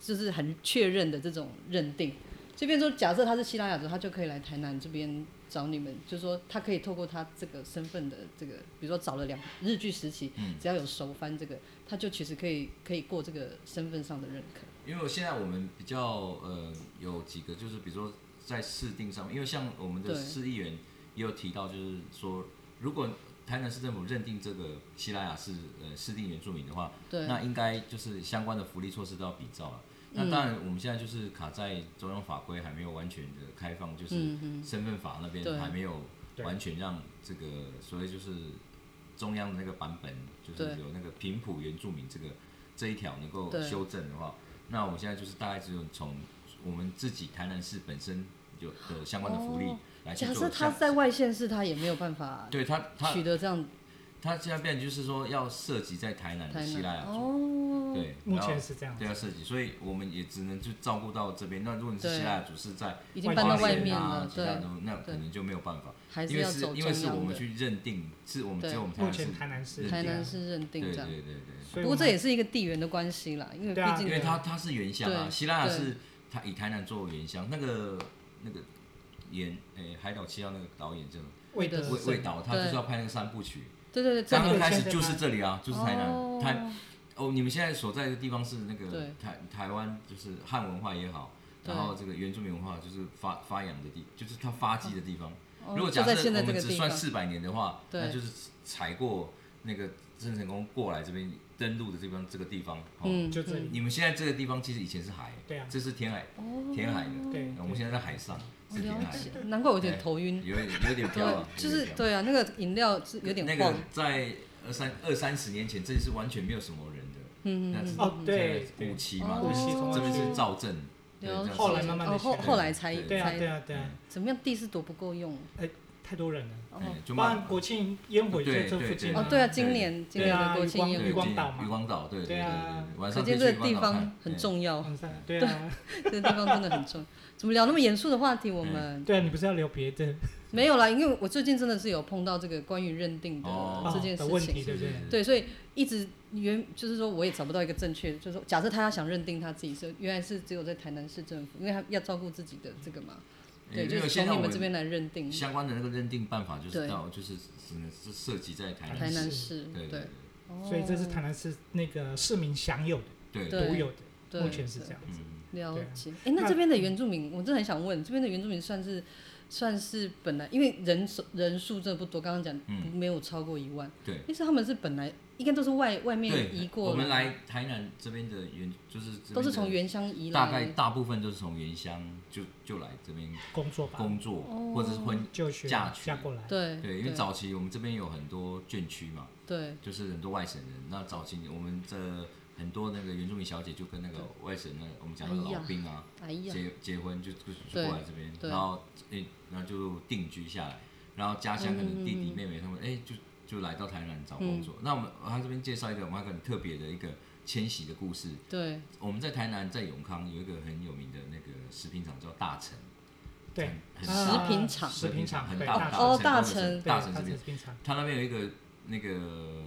[SPEAKER 2] 就是很确认的这种认定，这边说，假设他是希拉雅族，他就可以来台南这边找你们，就是说他可以透过他这个身份的这个，比如说找了两日据时期，只要有熟番这个，他就其实可以可以过这个身份上的认可。
[SPEAKER 3] 因为现在我们比较呃有几个，就是比如说在市定上面，因为像我们的
[SPEAKER 2] 对
[SPEAKER 3] 市议员也有提到，就是说如果台南市政府认定这个希拉雅是呃市定原住民的话，
[SPEAKER 2] 对，啊
[SPEAKER 3] 那应该就是相关的福利措施都要比照了。
[SPEAKER 2] 嗯
[SPEAKER 3] 那当然，我们现在就是卡在中央法规还没有完全的开放，就是
[SPEAKER 2] 嗯嗯，
[SPEAKER 3] 身份法那边
[SPEAKER 2] 对
[SPEAKER 3] 还没有
[SPEAKER 1] 对
[SPEAKER 3] 完全让这个所谓就是中央的那个版本，就是
[SPEAKER 2] 对
[SPEAKER 3] 有那个平埔原住民这个这一条能够
[SPEAKER 2] 对
[SPEAKER 3] 修正的话，那我们现在就是大概只有从我们自己台南市本身有的相关的福利
[SPEAKER 2] 哦
[SPEAKER 3] 来去
[SPEAKER 2] 假
[SPEAKER 3] 做
[SPEAKER 2] 设
[SPEAKER 3] 像。
[SPEAKER 2] 他在外县市，他也没有办法
[SPEAKER 3] 对他他
[SPEAKER 2] 取得这样
[SPEAKER 3] 他现在变成就是说要涉及在台南的
[SPEAKER 2] 台
[SPEAKER 3] 希腊雅
[SPEAKER 2] 南
[SPEAKER 3] 族，
[SPEAKER 2] 哦，
[SPEAKER 3] 对，
[SPEAKER 1] 目
[SPEAKER 3] 然后
[SPEAKER 1] 前是这样子
[SPEAKER 3] 对。要涉及，所以我们也只能就照顾到这边。那如果你是
[SPEAKER 2] 对
[SPEAKER 3] 希腊雅族是在
[SPEAKER 2] 已经搬到
[SPEAKER 3] 花
[SPEAKER 2] 外
[SPEAKER 3] 莲
[SPEAKER 2] 面
[SPEAKER 3] 啊
[SPEAKER 2] 了，
[SPEAKER 3] 其他
[SPEAKER 2] 对
[SPEAKER 3] 的，那可
[SPEAKER 2] 对
[SPEAKER 3] 能就没有办法。
[SPEAKER 2] 还
[SPEAKER 3] 因
[SPEAKER 2] 是
[SPEAKER 3] 为
[SPEAKER 2] 要
[SPEAKER 3] 是
[SPEAKER 2] 走
[SPEAKER 3] 因为
[SPEAKER 2] 中
[SPEAKER 3] 是我
[SPEAKER 2] 央
[SPEAKER 3] 们
[SPEAKER 2] 的。
[SPEAKER 3] 去认定，是我们
[SPEAKER 2] 对
[SPEAKER 3] 只有我们台
[SPEAKER 1] 目
[SPEAKER 3] 南市
[SPEAKER 1] 前台南市
[SPEAKER 3] 认
[SPEAKER 2] 台
[SPEAKER 3] 定
[SPEAKER 2] 南
[SPEAKER 3] 啊
[SPEAKER 2] 是认
[SPEAKER 3] 对
[SPEAKER 2] 定
[SPEAKER 3] 对
[SPEAKER 2] 这样，
[SPEAKER 3] 对对，
[SPEAKER 1] 所以我
[SPEAKER 2] 不过
[SPEAKER 1] 们
[SPEAKER 2] 这也是一个地缘的关系啦，因为毕
[SPEAKER 1] 对啊
[SPEAKER 2] 竟
[SPEAKER 3] 因为它它是原乡啊，
[SPEAKER 2] 对
[SPEAKER 3] 希腊
[SPEAKER 2] 对
[SPEAKER 3] 是它以台南作为原乡，那个那个演诶《海岛七号》那个导演叫
[SPEAKER 1] 魏德
[SPEAKER 2] 呃
[SPEAKER 3] 魏
[SPEAKER 1] 胜
[SPEAKER 3] 魏导，他就
[SPEAKER 2] 对
[SPEAKER 3] 是要拍那个三部曲，
[SPEAKER 2] 对对对，这
[SPEAKER 3] 刚
[SPEAKER 2] 里
[SPEAKER 3] 刚开
[SPEAKER 1] 现
[SPEAKER 3] 始
[SPEAKER 1] 在
[SPEAKER 3] 就是
[SPEAKER 1] 拍
[SPEAKER 3] 这里啊，就是台南
[SPEAKER 2] 哦
[SPEAKER 3] 台哦，你们现在所在的地方是那个
[SPEAKER 2] 对
[SPEAKER 3] 台台湾，就是汉文化也好。
[SPEAKER 2] 对
[SPEAKER 3] 然后这个原住民文化就是发发扬的地，就是它发迹的地方。
[SPEAKER 2] 哦
[SPEAKER 3] 如果
[SPEAKER 2] 就
[SPEAKER 3] 假
[SPEAKER 2] 在
[SPEAKER 3] 设
[SPEAKER 2] 现在
[SPEAKER 3] 我
[SPEAKER 2] 这
[SPEAKER 3] 们
[SPEAKER 2] 个
[SPEAKER 3] 只
[SPEAKER 2] 地
[SPEAKER 3] 算
[SPEAKER 2] 方，
[SPEAKER 3] 四百年的话，
[SPEAKER 2] 对
[SPEAKER 3] 那就是踩过那个郑成功过来这边登陆的地方，这个地方。哦、
[SPEAKER 2] 嗯，
[SPEAKER 1] 就这
[SPEAKER 2] 嗯
[SPEAKER 1] 里，
[SPEAKER 3] 你们现在这个地方其实以前是海，
[SPEAKER 1] 对啊
[SPEAKER 3] 这是填海，
[SPEAKER 2] 哦
[SPEAKER 3] 填海的。
[SPEAKER 1] 对
[SPEAKER 3] 我们现在在海上，
[SPEAKER 2] 我
[SPEAKER 3] 是填
[SPEAKER 2] 了
[SPEAKER 3] 海
[SPEAKER 2] 解
[SPEAKER 3] 的，，
[SPEAKER 2] 难怪我有点头晕，
[SPEAKER 3] 有点有点飘啊，
[SPEAKER 2] 对，就
[SPEAKER 3] 有
[SPEAKER 2] 是
[SPEAKER 3] 点飘
[SPEAKER 2] 对啊，那个饮料是有点
[SPEAKER 3] 那
[SPEAKER 2] 晃
[SPEAKER 3] 个，在二三二三十年前，这里是完全没有什么人的。
[SPEAKER 2] 嗯
[SPEAKER 3] 那
[SPEAKER 2] 嗯
[SPEAKER 3] 是
[SPEAKER 2] 嗯，
[SPEAKER 1] 哦对
[SPEAKER 3] 这个古奇嘛，
[SPEAKER 2] 哦
[SPEAKER 3] 这
[SPEAKER 1] 古
[SPEAKER 3] 边是
[SPEAKER 1] 奇
[SPEAKER 3] 这边是赵正，对
[SPEAKER 2] 了
[SPEAKER 3] 这
[SPEAKER 2] 解
[SPEAKER 3] 样
[SPEAKER 1] 后来慢慢地
[SPEAKER 2] 哦后
[SPEAKER 1] 学
[SPEAKER 2] 后来才
[SPEAKER 3] 对
[SPEAKER 1] 对啊，对
[SPEAKER 2] 才
[SPEAKER 3] 嗯
[SPEAKER 1] 啊，对啊，
[SPEAKER 2] 怎么样，地是多不够用，
[SPEAKER 1] 哎太多人了，
[SPEAKER 2] 哦
[SPEAKER 3] 哎就
[SPEAKER 1] 包
[SPEAKER 3] 慢
[SPEAKER 1] 含国庆烟火也在这附近
[SPEAKER 2] 哦
[SPEAKER 3] 对，
[SPEAKER 2] 对啊，
[SPEAKER 3] 对
[SPEAKER 2] 今年今
[SPEAKER 1] 对
[SPEAKER 2] 年
[SPEAKER 1] 啊
[SPEAKER 2] 的国庆
[SPEAKER 1] 渔光渔
[SPEAKER 2] 烟
[SPEAKER 3] 对
[SPEAKER 2] 火，
[SPEAKER 1] 光岛嘛
[SPEAKER 3] 渔光岛，对
[SPEAKER 1] 对
[SPEAKER 3] 对
[SPEAKER 1] 啊
[SPEAKER 3] 对，晚
[SPEAKER 2] 可
[SPEAKER 3] 上
[SPEAKER 2] 见
[SPEAKER 3] 可以
[SPEAKER 2] 这
[SPEAKER 3] 去
[SPEAKER 2] 个
[SPEAKER 3] 渔
[SPEAKER 2] 地
[SPEAKER 3] 光岛
[SPEAKER 2] 方
[SPEAKER 3] 看
[SPEAKER 2] 很
[SPEAKER 3] 哎
[SPEAKER 2] 重要，
[SPEAKER 1] 嗯对啊，
[SPEAKER 2] 这个地方真的很重要。怎么聊那么严肃的话题？我们
[SPEAKER 3] 嗯
[SPEAKER 1] 对啊，你不是要聊别的
[SPEAKER 2] 没有啦，因为我最近真的是有碰到这个关于认定的
[SPEAKER 3] 哦
[SPEAKER 2] 这件
[SPEAKER 1] 的
[SPEAKER 2] 事
[SPEAKER 1] 问
[SPEAKER 2] 情，
[SPEAKER 1] 题，对不对？
[SPEAKER 3] 是
[SPEAKER 2] 对，所以一直原就是说，我也找不到一个正确，就是说，假设他要想认定他自己是，原来是只有在台南市政府，因为他要照顾自己的这个嘛，对，
[SPEAKER 3] 嗯因
[SPEAKER 2] 就
[SPEAKER 3] 为
[SPEAKER 2] 是
[SPEAKER 3] 现在
[SPEAKER 2] 从你
[SPEAKER 3] 我
[SPEAKER 2] 们这边来认定
[SPEAKER 3] 相关的那个认定办法，就是
[SPEAKER 2] 对
[SPEAKER 3] 到就是只能是涉及在台
[SPEAKER 2] 台
[SPEAKER 3] 南
[SPEAKER 2] 南
[SPEAKER 3] 市，
[SPEAKER 2] 市，
[SPEAKER 3] 对
[SPEAKER 2] 对，
[SPEAKER 1] 所以这是
[SPEAKER 2] 哦
[SPEAKER 1] 台南市那个市民享有的、
[SPEAKER 3] 对
[SPEAKER 2] 对
[SPEAKER 1] 独有的，
[SPEAKER 2] 对
[SPEAKER 1] 目前是这样子。
[SPEAKER 3] 嗯，
[SPEAKER 2] 了
[SPEAKER 1] 对啊
[SPEAKER 2] 解。哎，那
[SPEAKER 1] 那
[SPEAKER 2] 这边的原住民，我真的很想问，这边的原住民算是算是本来因为人手人数真的不多，刚刚讲
[SPEAKER 3] 嗯
[SPEAKER 2] 没有超过一万，
[SPEAKER 3] 对。
[SPEAKER 2] 但是他们是本来应该都是外外
[SPEAKER 3] 对
[SPEAKER 2] 面移，过，
[SPEAKER 3] 我们，来台南这边的原就是这边
[SPEAKER 2] 都是
[SPEAKER 3] 的
[SPEAKER 2] 从原乡移来，
[SPEAKER 3] 大概大部分都是从原乡就就来这边
[SPEAKER 1] 工作吧，
[SPEAKER 3] 工作
[SPEAKER 2] 哦
[SPEAKER 3] 或者是婚
[SPEAKER 1] 就学
[SPEAKER 3] 嫁
[SPEAKER 1] 嫁
[SPEAKER 3] 娶
[SPEAKER 1] 过来，
[SPEAKER 2] 对
[SPEAKER 3] 对，因为早期我们这边有很多眷区嘛，
[SPEAKER 2] 对
[SPEAKER 3] 就是很多外省人。那早期我们这很多那个原住民小姐就跟那个外省那个我们讲的
[SPEAKER 2] 哎呀
[SPEAKER 3] 老兵啊，
[SPEAKER 2] 哎呀，
[SPEAKER 3] 结结婚就就就
[SPEAKER 2] 对
[SPEAKER 3] 过来这边，
[SPEAKER 2] 对
[SPEAKER 3] 然后诶，然后就定居下来，然后家乡可能弟
[SPEAKER 2] 嗯
[SPEAKER 3] 弟妹妹他们诶，就就来到台南找工作。那我们他这边介绍一个我们很特别的一个迁徙的故事。
[SPEAKER 2] 对，
[SPEAKER 3] 我们在台南在永康有一个很有名的那个食品厂叫大成，
[SPEAKER 1] 对，
[SPEAKER 3] 很
[SPEAKER 1] 啊
[SPEAKER 2] 食品厂
[SPEAKER 1] 食品厂
[SPEAKER 3] 很
[SPEAKER 1] 对
[SPEAKER 3] 大
[SPEAKER 1] 大
[SPEAKER 3] 大
[SPEAKER 1] 成
[SPEAKER 2] 哦
[SPEAKER 3] 成
[SPEAKER 2] 大
[SPEAKER 3] 成
[SPEAKER 1] 对
[SPEAKER 2] 成
[SPEAKER 3] 大
[SPEAKER 1] 大
[SPEAKER 3] 成这
[SPEAKER 1] 成
[SPEAKER 3] 边
[SPEAKER 1] 食，品厂，
[SPEAKER 3] 它那边有一个那个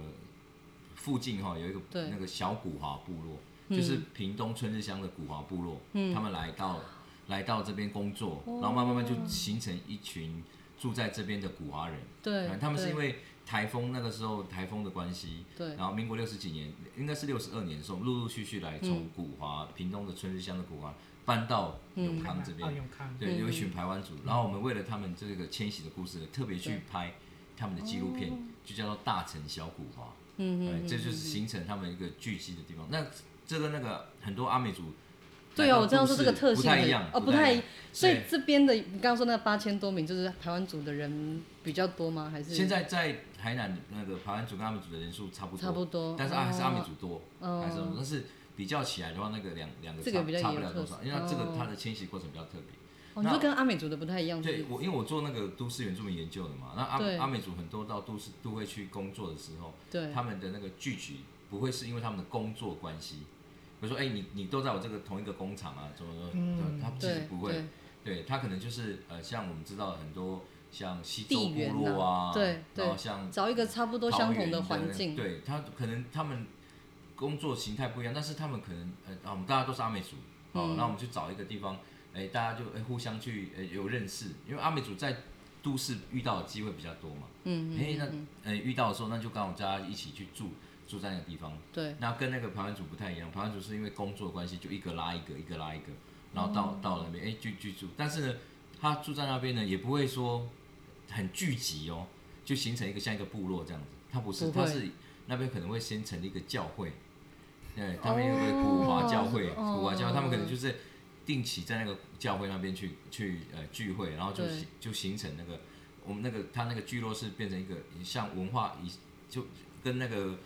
[SPEAKER 3] 附近哈、有一个
[SPEAKER 2] 对
[SPEAKER 3] 那个小古华部落，
[SPEAKER 2] 嗯
[SPEAKER 3] 就是屏东春日乡的古华部落，他们来到来到这边工作，
[SPEAKER 2] 哦
[SPEAKER 3] 然后慢慢慢就形成一群住在这边的古华人。
[SPEAKER 2] 对
[SPEAKER 3] 嗯，他们是因
[SPEAKER 2] 为
[SPEAKER 3] 为台风那个时候台风的关系，
[SPEAKER 2] 对
[SPEAKER 3] 然后民国六十几年，应该是六十二年的时候，陆陆续续来从
[SPEAKER 2] 嗯
[SPEAKER 3] 古华、屏东的春日乡的古华搬到永康这边。
[SPEAKER 1] 奥永康，
[SPEAKER 3] 对，有一
[SPEAKER 2] 嗯
[SPEAKER 3] 群排湾族，然后我们为了他们这个迁徙的故事，特别去
[SPEAKER 2] 对
[SPEAKER 3] 拍他们的纪录片，就叫做《大城小古华》。
[SPEAKER 2] 哦嗯
[SPEAKER 3] 哎，这就是形成他们一个聚集的地方。那这个那个很多阿美族，
[SPEAKER 2] 对啊，我这样说这个特性
[SPEAKER 3] 不太
[SPEAKER 2] 的
[SPEAKER 3] 一样，
[SPEAKER 2] 哦，不
[SPEAKER 3] 太
[SPEAKER 2] 太
[SPEAKER 3] 一
[SPEAKER 2] 一
[SPEAKER 3] 样。，
[SPEAKER 2] 所以
[SPEAKER 3] 对
[SPEAKER 2] 这边的你刚刚说那八千多名，就是台湾族的人比较多吗？还是
[SPEAKER 3] 现在在台南那个排湾族跟阿美族的人数差不多，
[SPEAKER 2] 差不多？
[SPEAKER 3] 但是还是阿美
[SPEAKER 2] 哦
[SPEAKER 3] 族多，
[SPEAKER 2] 哦
[SPEAKER 3] 还是阿美族但是比较起来的话，那个两两个
[SPEAKER 2] 这个
[SPEAKER 3] 差
[SPEAKER 2] 比较
[SPEAKER 3] 差不
[SPEAKER 2] 有
[SPEAKER 3] 了多
[SPEAKER 2] 特
[SPEAKER 3] 少，
[SPEAKER 2] 色
[SPEAKER 3] 因为它这个
[SPEAKER 2] 哦
[SPEAKER 3] 它的迁徙过程比较特别。
[SPEAKER 2] 哦，你
[SPEAKER 3] 那
[SPEAKER 2] 说跟阿美族的不太一样，是
[SPEAKER 3] 对
[SPEAKER 2] 不是
[SPEAKER 3] 我，因为我做那个都市原住民研究的嘛，那阿
[SPEAKER 2] 对
[SPEAKER 3] 阿美族很多到都市都会去工作的时候，
[SPEAKER 2] 对
[SPEAKER 3] 他们的那个聚集不会是因为他们的工作关系，比如说哎、你你都在我这个同一个工厂啊，怎么怎么，
[SPEAKER 1] 嗯
[SPEAKER 3] 他其实
[SPEAKER 2] 对
[SPEAKER 3] 不会，
[SPEAKER 2] 对
[SPEAKER 3] 对他可能就是呃，像我们知道很多像西周
[SPEAKER 2] 地
[SPEAKER 3] 部
[SPEAKER 2] 缘
[SPEAKER 3] 落啊，
[SPEAKER 2] 对
[SPEAKER 3] 然后
[SPEAKER 2] 对，
[SPEAKER 3] 像
[SPEAKER 2] 找一个差不多相同的环境，
[SPEAKER 3] 桃园的那对他可能他们工作形态不一样，但是他们可能呃，啊我们大家都是阿美族，哦，
[SPEAKER 2] 嗯
[SPEAKER 3] 那、我们去找一个地方，哎、大家就、哎互相去哎有认识，因为阿美族在都市遇到的机会比较多嘛，
[SPEAKER 2] 嗯，
[SPEAKER 3] 哎、
[SPEAKER 2] 嗯
[SPEAKER 3] 那哎遇到的时候，那就刚好大家一起去住住在那个地方，
[SPEAKER 2] 对
[SPEAKER 3] 那跟那个排湾族不太一样，排湾族是因为工作的关系，就一个拉一个，一个拉一个，然后到、
[SPEAKER 2] 嗯
[SPEAKER 3] 到了那边哎居居住，但是呢，他住在那边呢也不会说很聚集哦，就形成一个像一个部落这样子，他不是，
[SPEAKER 2] 不会
[SPEAKER 3] 他是那边可能会先成立一个教会，对，他们有个古华教会，
[SPEAKER 2] 哦
[SPEAKER 3] 古华教会，他们可能就是定期在那个教会那边去去呃聚会，然后就
[SPEAKER 2] 对
[SPEAKER 3] 形就形成那个我们那个他那个聚落是变成一个像文化遗就跟那个。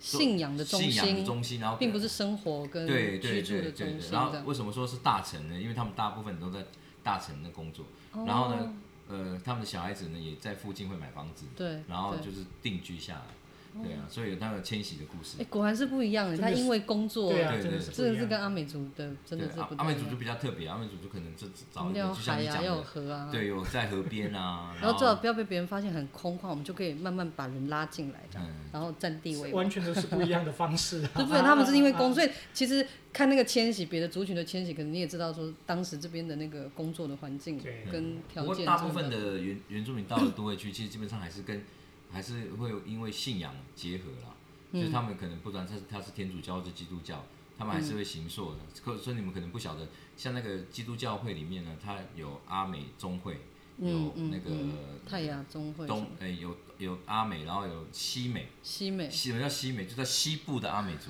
[SPEAKER 2] 信仰的中
[SPEAKER 3] 信仰的
[SPEAKER 2] 心，
[SPEAKER 3] 中心，然后
[SPEAKER 2] 并不是生活跟
[SPEAKER 3] 对对
[SPEAKER 2] 居住
[SPEAKER 3] 对
[SPEAKER 2] 的
[SPEAKER 3] 对
[SPEAKER 2] 中
[SPEAKER 3] 对
[SPEAKER 2] 心，这
[SPEAKER 3] 然后
[SPEAKER 2] 样。
[SPEAKER 3] 为什么说是大城呢？因为他们大部分都在大城的工作，
[SPEAKER 2] 哦
[SPEAKER 3] 然后呢，呃，他们的小孩子呢也在附近会买房子，
[SPEAKER 2] 对，
[SPEAKER 3] 然后
[SPEAKER 2] 对
[SPEAKER 3] 就是定居下来，对啊，所以有那个迁徙的故事
[SPEAKER 2] 哦哎，。果然是不一样的，
[SPEAKER 1] 真的
[SPEAKER 2] 他
[SPEAKER 1] 是
[SPEAKER 2] 因为工作
[SPEAKER 1] 对。啊，
[SPEAKER 3] 对
[SPEAKER 1] 真的
[SPEAKER 3] 对
[SPEAKER 1] 是不
[SPEAKER 2] 真
[SPEAKER 1] 一
[SPEAKER 2] 的是
[SPEAKER 1] 样
[SPEAKER 2] 跟阿美族的真的
[SPEAKER 3] 对，
[SPEAKER 2] 是
[SPEAKER 3] 阿
[SPEAKER 2] 不
[SPEAKER 3] 阿
[SPEAKER 2] 太
[SPEAKER 3] 美
[SPEAKER 2] 一
[SPEAKER 3] 族就
[SPEAKER 2] 样，
[SPEAKER 3] 比较特别，阿美族就可能就
[SPEAKER 2] 我
[SPEAKER 3] 找
[SPEAKER 2] 们
[SPEAKER 3] 一个，
[SPEAKER 2] 要
[SPEAKER 3] 就像
[SPEAKER 2] 海
[SPEAKER 3] 你
[SPEAKER 2] 啊，
[SPEAKER 3] 讲
[SPEAKER 2] 要有
[SPEAKER 3] 的，
[SPEAKER 2] 河啊，，
[SPEAKER 3] 对，有在河边啊
[SPEAKER 2] *laughs* 然后最好不要被别人发现很空旷，我们就可以慢慢把人拉进来，这样，
[SPEAKER 3] 嗯
[SPEAKER 2] 然后占地为王
[SPEAKER 1] 完。全都是不一样的方
[SPEAKER 2] *laughs*。
[SPEAKER 1] 式、啊
[SPEAKER 2] 就不然他们是因为工，所以其实看那个迁徙，别的族群的迁徙，可能你也知道说，当时这边的那个工作的环境
[SPEAKER 1] 对
[SPEAKER 2] 跟
[SPEAKER 3] 嗯不
[SPEAKER 2] 条
[SPEAKER 3] 过
[SPEAKER 2] 件。
[SPEAKER 3] 大部分的原原住民到了都会区，其实基本上还是跟还是会有因为信仰结合啦，就是他们可能不管他是他是天主教或者基督教，他们还是会行受的。可所以你们可能不晓得，像那个基督教会里面呢，它有阿美中会，
[SPEAKER 2] 嗯
[SPEAKER 3] 有
[SPEAKER 2] 嗯
[SPEAKER 3] 那
[SPEAKER 2] 嗯
[SPEAKER 3] 个
[SPEAKER 2] 泰雅宗会什
[SPEAKER 3] 东
[SPEAKER 2] 么、
[SPEAKER 3] 诶有有阿美，然后有西美，
[SPEAKER 2] 西美，
[SPEAKER 3] 西什么叫西美？就在西部的阿美族，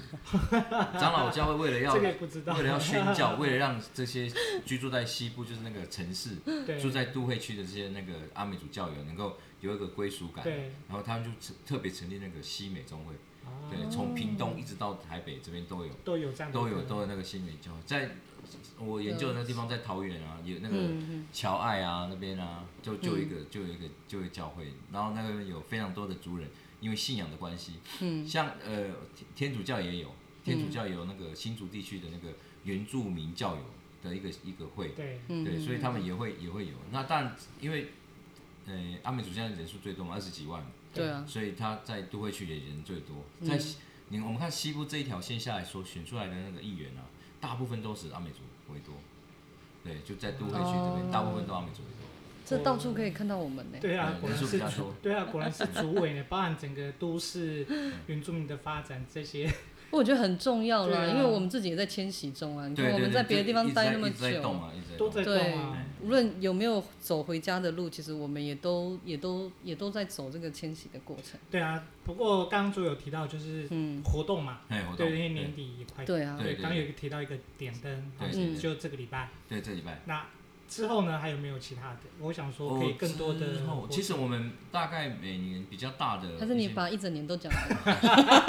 [SPEAKER 3] 长老教会为了要
[SPEAKER 1] *laughs* 这个也不知道
[SPEAKER 3] 为了要宣教，为了让这些居住在西部就是那个城市。
[SPEAKER 1] 对
[SPEAKER 3] 住在都会区的这些那个阿美族教友能够有一个归属感，
[SPEAKER 1] 对
[SPEAKER 3] 然后他们就成特别成立那个西美中会，
[SPEAKER 1] 啊
[SPEAKER 3] 对，从屏东一直到台北这边都有，
[SPEAKER 1] 都有这样的
[SPEAKER 3] 都有都有那个西美教会，在我研究的那地方在桃园啊，有那个
[SPEAKER 2] 嗯
[SPEAKER 3] 乔爱啊那边啊，就就有一个就有一个就有一个教会，然后那边有非常多的族人，因为信仰的关系，嗯，像呃天天主教也有，天主教有那个新竹地区的那个原住民教友的一个一个会，
[SPEAKER 1] 对，
[SPEAKER 2] 嗯
[SPEAKER 3] 对，所以他们也会也会有。那但因为呃阿美族现在人数最多嘛，二十几万，
[SPEAKER 2] 对啊，
[SPEAKER 3] 所以他在都会区也人最多。
[SPEAKER 2] 嗯
[SPEAKER 3] 在西你我们看西部这一条线下来说，选出来的那个议员啊，大部分都是阿美族为多。对，就在都会区这边，
[SPEAKER 2] 哦
[SPEAKER 3] 大部分都阿美族为
[SPEAKER 2] 这到处可以看到我们呢、
[SPEAKER 1] 对啊
[SPEAKER 3] 嗯，
[SPEAKER 1] 果然
[SPEAKER 3] 人数比
[SPEAKER 1] 是
[SPEAKER 3] 较
[SPEAKER 1] 主
[SPEAKER 3] 多，嗯
[SPEAKER 1] 对啊，果然是主委呢，包含整个都市原住民的发展这些，
[SPEAKER 2] 我觉得很重要啦，
[SPEAKER 1] 对啊
[SPEAKER 2] 因为我们自己也在迁徙中啊。你
[SPEAKER 3] 多。对
[SPEAKER 2] 看我
[SPEAKER 3] 对对，
[SPEAKER 2] 们在别的地方
[SPEAKER 3] 一直
[SPEAKER 2] 待那么
[SPEAKER 3] 一直在动
[SPEAKER 2] 久，
[SPEAKER 3] 啊，一直在
[SPEAKER 1] 都
[SPEAKER 3] 动。
[SPEAKER 1] 在动
[SPEAKER 2] 对
[SPEAKER 1] 啊，
[SPEAKER 2] 无论有没有走回家的路，其实我们也都也都也都在走这个迁徙的过程。
[SPEAKER 1] 对啊。不过刚刚主有提到就是
[SPEAKER 2] 嗯，
[SPEAKER 1] 活动嘛，
[SPEAKER 3] 哎，活动
[SPEAKER 1] 对，因为年底也快，
[SPEAKER 2] 对啊，
[SPEAKER 1] 对，
[SPEAKER 3] 对对
[SPEAKER 1] 刚有一个提到一个点灯，好
[SPEAKER 3] 对
[SPEAKER 2] 嗯
[SPEAKER 1] 就这个礼拜，
[SPEAKER 3] 对这礼拜。
[SPEAKER 1] 那之后呢还有没有其他的？我想说可以更多的
[SPEAKER 3] 哦之后
[SPEAKER 1] 活动，
[SPEAKER 3] 其实我们大概每年比较大的一些，
[SPEAKER 2] 还是你把一整年都讲完，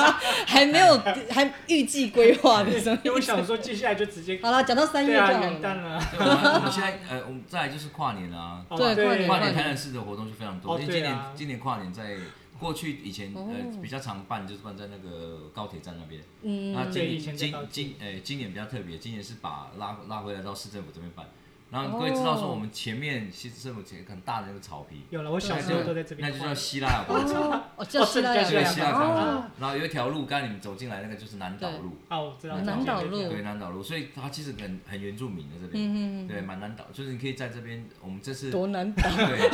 [SPEAKER 2] *laughs* 还没有还预计规划的什么
[SPEAKER 1] *laughs* *laughs* 因为我想说接下来就直接
[SPEAKER 2] 好了，讲到三月
[SPEAKER 1] 对
[SPEAKER 2] 就
[SPEAKER 1] 啊
[SPEAKER 2] 好
[SPEAKER 1] 元
[SPEAKER 2] 了。
[SPEAKER 1] 旦了，
[SPEAKER 3] 对我们我们现在呃，我们再来就是跨年啊，
[SPEAKER 1] 好
[SPEAKER 2] 对
[SPEAKER 1] 吧
[SPEAKER 2] 跨年
[SPEAKER 3] 跨年台南市的活动就非常多，
[SPEAKER 1] 哦
[SPEAKER 3] 因为
[SPEAKER 1] 对
[SPEAKER 3] 今年
[SPEAKER 1] 啊
[SPEAKER 3] 今年跨年在过去以前
[SPEAKER 2] 哦
[SPEAKER 3] 呃比较常办，就是办在那个高铁站那边。
[SPEAKER 2] 嗯，
[SPEAKER 3] 那今
[SPEAKER 1] 对以前
[SPEAKER 3] 年
[SPEAKER 1] 在
[SPEAKER 3] 今
[SPEAKER 1] 高铁
[SPEAKER 3] 今呃今年比较特别，今年是把拉拉回来到市政府这边办。然后各位知道说
[SPEAKER 2] 哦
[SPEAKER 3] 我们前面市政府前很大的那个草皮，
[SPEAKER 1] 有了，我小时候都在这
[SPEAKER 3] 那
[SPEAKER 1] 边
[SPEAKER 3] 就
[SPEAKER 1] 跨
[SPEAKER 3] 叫
[SPEAKER 1] 年，
[SPEAKER 3] 希腊雅广场，
[SPEAKER 1] *laughs*
[SPEAKER 2] 哦，哦，叫希腊
[SPEAKER 1] 哦这
[SPEAKER 3] 对
[SPEAKER 1] 个
[SPEAKER 2] 雅
[SPEAKER 1] 叫
[SPEAKER 3] 希腊
[SPEAKER 2] 广
[SPEAKER 3] 雅广
[SPEAKER 2] 场，哦
[SPEAKER 3] 场。然后有一条路，刚才你们走进来那个就是南岛
[SPEAKER 2] 对
[SPEAKER 3] 路。
[SPEAKER 1] 啊，我知道
[SPEAKER 2] 南岛路
[SPEAKER 3] 对南岛路，所以它其实很很原住民的这边，
[SPEAKER 2] 嗯嗯嗯
[SPEAKER 3] 对，蛮南岛，就是你可以在这边，我们这
[SPEAKER 2] 嗯，
[SPEAKER 3] 次
[SPEAKER 2] 多难倒，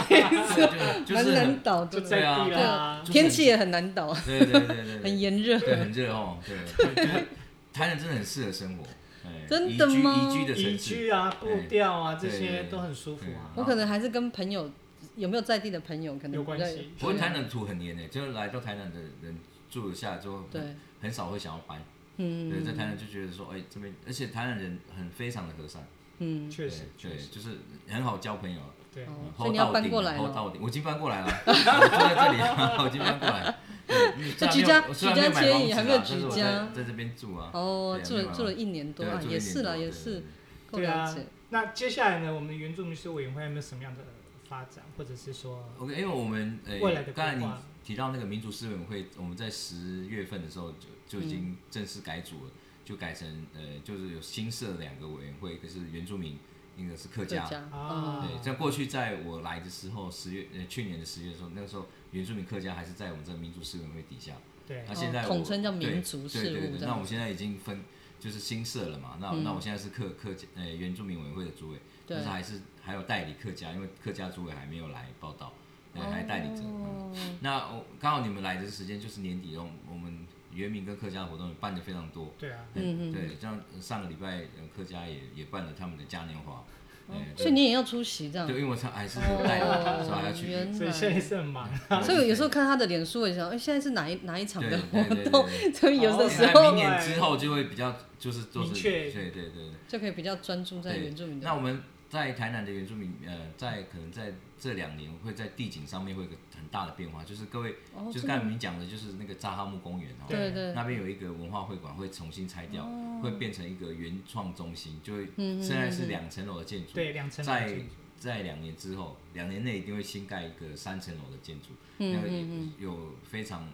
[SPEAKER 3] 对，就就
[SPEAKER 2] 蛮
[SPEAKER 3] 是很
[SPEAKER 2] 难倒
[SPEAKER 1] 就啊
[SPEAKER 2] 的，
[SPEAKER 1] 在地啦，
[SPEAKER 3] 就是
[SPEAKER 2] 天气也很难倒，
[SPEAKER 3] 对对对对
[SPEAKER 2] 很
[SPEAKER 3] 对，
[SPEAKER 2] 炎热。
[SPEAKER 3] 对很热哦，对，就是台南真的很适合生活，哎
[SPEAKER 2] 真的吗
[SPEAKER 3] 宜居宜居的
[SPEAKER 1] 宜
[SPEAKER 3] 城市，
[SPEAKER 1] 居啊、步调啊这
[SPEAKER 3] 对
[SPEAKER 1] 些
[SPEAKER 3] 对对
[SPEAKER 1] 都很舒服啊。
[SPEAKER 2] 我可能还是跟朋友有没有在地的朋友可能
[SPEAKER 1] 有关
[SPEAKER 2] 比较
[SPEAKER 1] 系
[SPEAKER 3] 不过台南的土很黏诶，就是来到台南的人住下来之后，
[SPEAKER 2] 对，
[SPEAKER 3] 很少会想要搬，对，
[SPEAKER 2] 嗯
[SPEAKER 3] 在台南就觉得说，哎，这边，而且台南人很非常的和善，
[SPEAKER 2] 嗯，
[SPEAKER 1] 确实，
[SPEAKER 3] 对，
[SPEAKER 1] 确
[SPEAKER 3] 对
[SPEAKER 1] 实，
[SPEAKER 3] 就是很好交朋友，
[SPEAKER 1] 对
[SPEAKER 2] 哦，
[SPEAKER 3] 嗯
[SPEAKER 2] 所以
[SPEAKER 3] 厚
[SPEAKER 2] 你要
[SPEAKER 3] 道
[SPEAKER 2] 搬
[SPEAKER 3] 顶
[SPEAKER 2] 过来
[SPEAKER 3] 厚
[SPEAKER 2] 了。
[SPEAKER 3] 道顶，我已经搬过来了，我住在这里了，我已经搬过来了。对
[SPEAKER 2] 这居家
[SPEAKER 3] 虽然没有
[SPEAKER 2] 居家迁移还没有
[SPEAKER 3] 虽然
[SPEAKER 2] 居
[SPEAKER 3] 买房子
[SPEAKER 2] 家
[SPEAKER 3] 啊但是我在在这边住啊，
[SPEAKER 2] 哦
[SPEAKER 3] 对，啊
[SPEAKER 2] 住
[SPEAKER 3] 没
[SPEAKER 2] 了
[SPEAKER 3] 办法
[SPEAKER 2] 住了一年多
[SPEAKER 3] 对，
[SPEAKER 2] 啊，
[SPEAKER 3] 住一
[SPEAKER 2] 也
[SPEAKER 3] 年
[SPEAKER 2] 是啦，
[SPEAKER 3] 多
[SPEAKER 2] 也
[SPEAKER 3] 对对
[SPEAKER 2] 是
[SPEAKER 3] 对
[SPEAKER 2] 够
[SPEAKER 1] 对
[SPEAKER 2] 了
[SPEAKER 1] 啊
[SPEAKER 2] 解。
[SPEAKER 1] 那接下来呢，我们的原住民事务委员会有没有什么样的发展，或者是说，
[SPEAKER 3] OK，因为我们呃
[SPEAKER 1] 未来的规划
[SPEAKER 3] 刚才你提到那个民族思维会，我们在十月份的时候就就已
[SPEAKER 1] 嗯
[SPEAKER 3] 经正式改组了，就改成呃就是有新设两个委员会，一个是原住民，一个是客家。
[SPEAKER 2] 家
[SPEAKER 1] 啊
[SPEAKER 3] 对，在过去在我来的时候，十月呃去年的十月的时候，那个时候原住民客家还是在我们这个民族思维会底下。
[SPEAKER 1] 对
[SPEAKER 3] 那现在
[SPEAKER 2] 哦
[SPEAKER 3] 我
[SPEAKER 2] 统称叫
[SPEAKER 3] 对
[SPEAKER 2] 民族事
[SPEAKER 3] 对对
[SPEAKER 2] 务
[SPEAKER 3] 对
[SPEAKER 2] 这
[SPEAKER 3] 那
[SPEAKER 2] 样嗯
[SPEAKER 3] 我们现在已经分就是新设了嘛，那、那我现在是客客家呃原住民委员会的主委，
[SPEAKER 2] 对
[SPEAKER 3] 但是还是还有代理客家，因为客家主委还没有来报道，对，还代理着。嗯
[SPEAKER 2] 哦
[SPEAKER 3] 那我刚好你们来的时间就是年底，我们我们原民跟客家活动也办的非常多。
[SPEAKER 1] 对啊，
[SPEAKER 2] 嗯嗯
[SPEAKER 3] 对，像上个礼拜呃客家也也办了他们的嘉年华，哎
[SPEAKER 2] 哦
[SPEAKER 3] 对
[SPEAKER 2] 所以你也要出席这样
[SPEAKER 3] 对，。因为我常还是有代理，所以还要
[SPEAKER 2] 哦，
[SPEAKER 3] 去。
[SPEAKER 2] 原
[SPEAKER 1] 所以
[SPEAKER 2] 来。
[SPEAKER 1] 现在是很忙，
[SPEAKER 3] 嗯
[SPEAKER 2] 所以我有时候看他的脸书，我也想，哎，现在是哪一哪一场
[SPEAKER 3] 对
[SPEAKER 2] 的
[SPEAKER 3] 对
[SPEAKER 2] 活
[SPEAKER 3] 对对
[SPEAKER 2] 动？
[SPEAKER 3] 对
[SPEAKER 2] 所以有的时
[SPEAKER 3] 那
[SPEAKER 2] 候
[SPEAKER 3] 明年之后就会比较就是做
[SPEAKER 1] 明确
[SPEAKER 3] 对对对。
[SPEAKER 2] 就可以比较专注在
[SPEAKER 3] 对
[SPEAKER 2] 原住民
[SPEAKER 3] 那
[SPEAKER 2] 的。
[SPEAKER 3] 我们在台南的原住民，呃，在可能在这两年会在地景上面会有一个很大的变化，就是各位，
[SPEAKER 2] 哦
[SPEAKER 3] 就
[SPEAKER 2] 真
[SPEAKER 3] 是
[SPEAKER 2] 的
[SPEAKER 3] 刚才您讲的，就是那个扎哈木公园哦，
[SPEAKER 2] 对对
[SPEAKER 3] 那边有一个文化会馆会重新拆掉，会变成一个原创中心，就会
[SPEAKER 2] 嗯嗯
[SPEAKER 3] 现在是两层楼的建筑，
[SPEAKER 1] 对，两层楼
[SPEAKER 3] 在
[SPEAKER 1] 建筑
[SPEAKER 3] 在两年之后，两年内一定会新盖一个三层楼的建筑，
[SPEAKER 2] 嗯
[SPEAKER 3] 那个也有非常，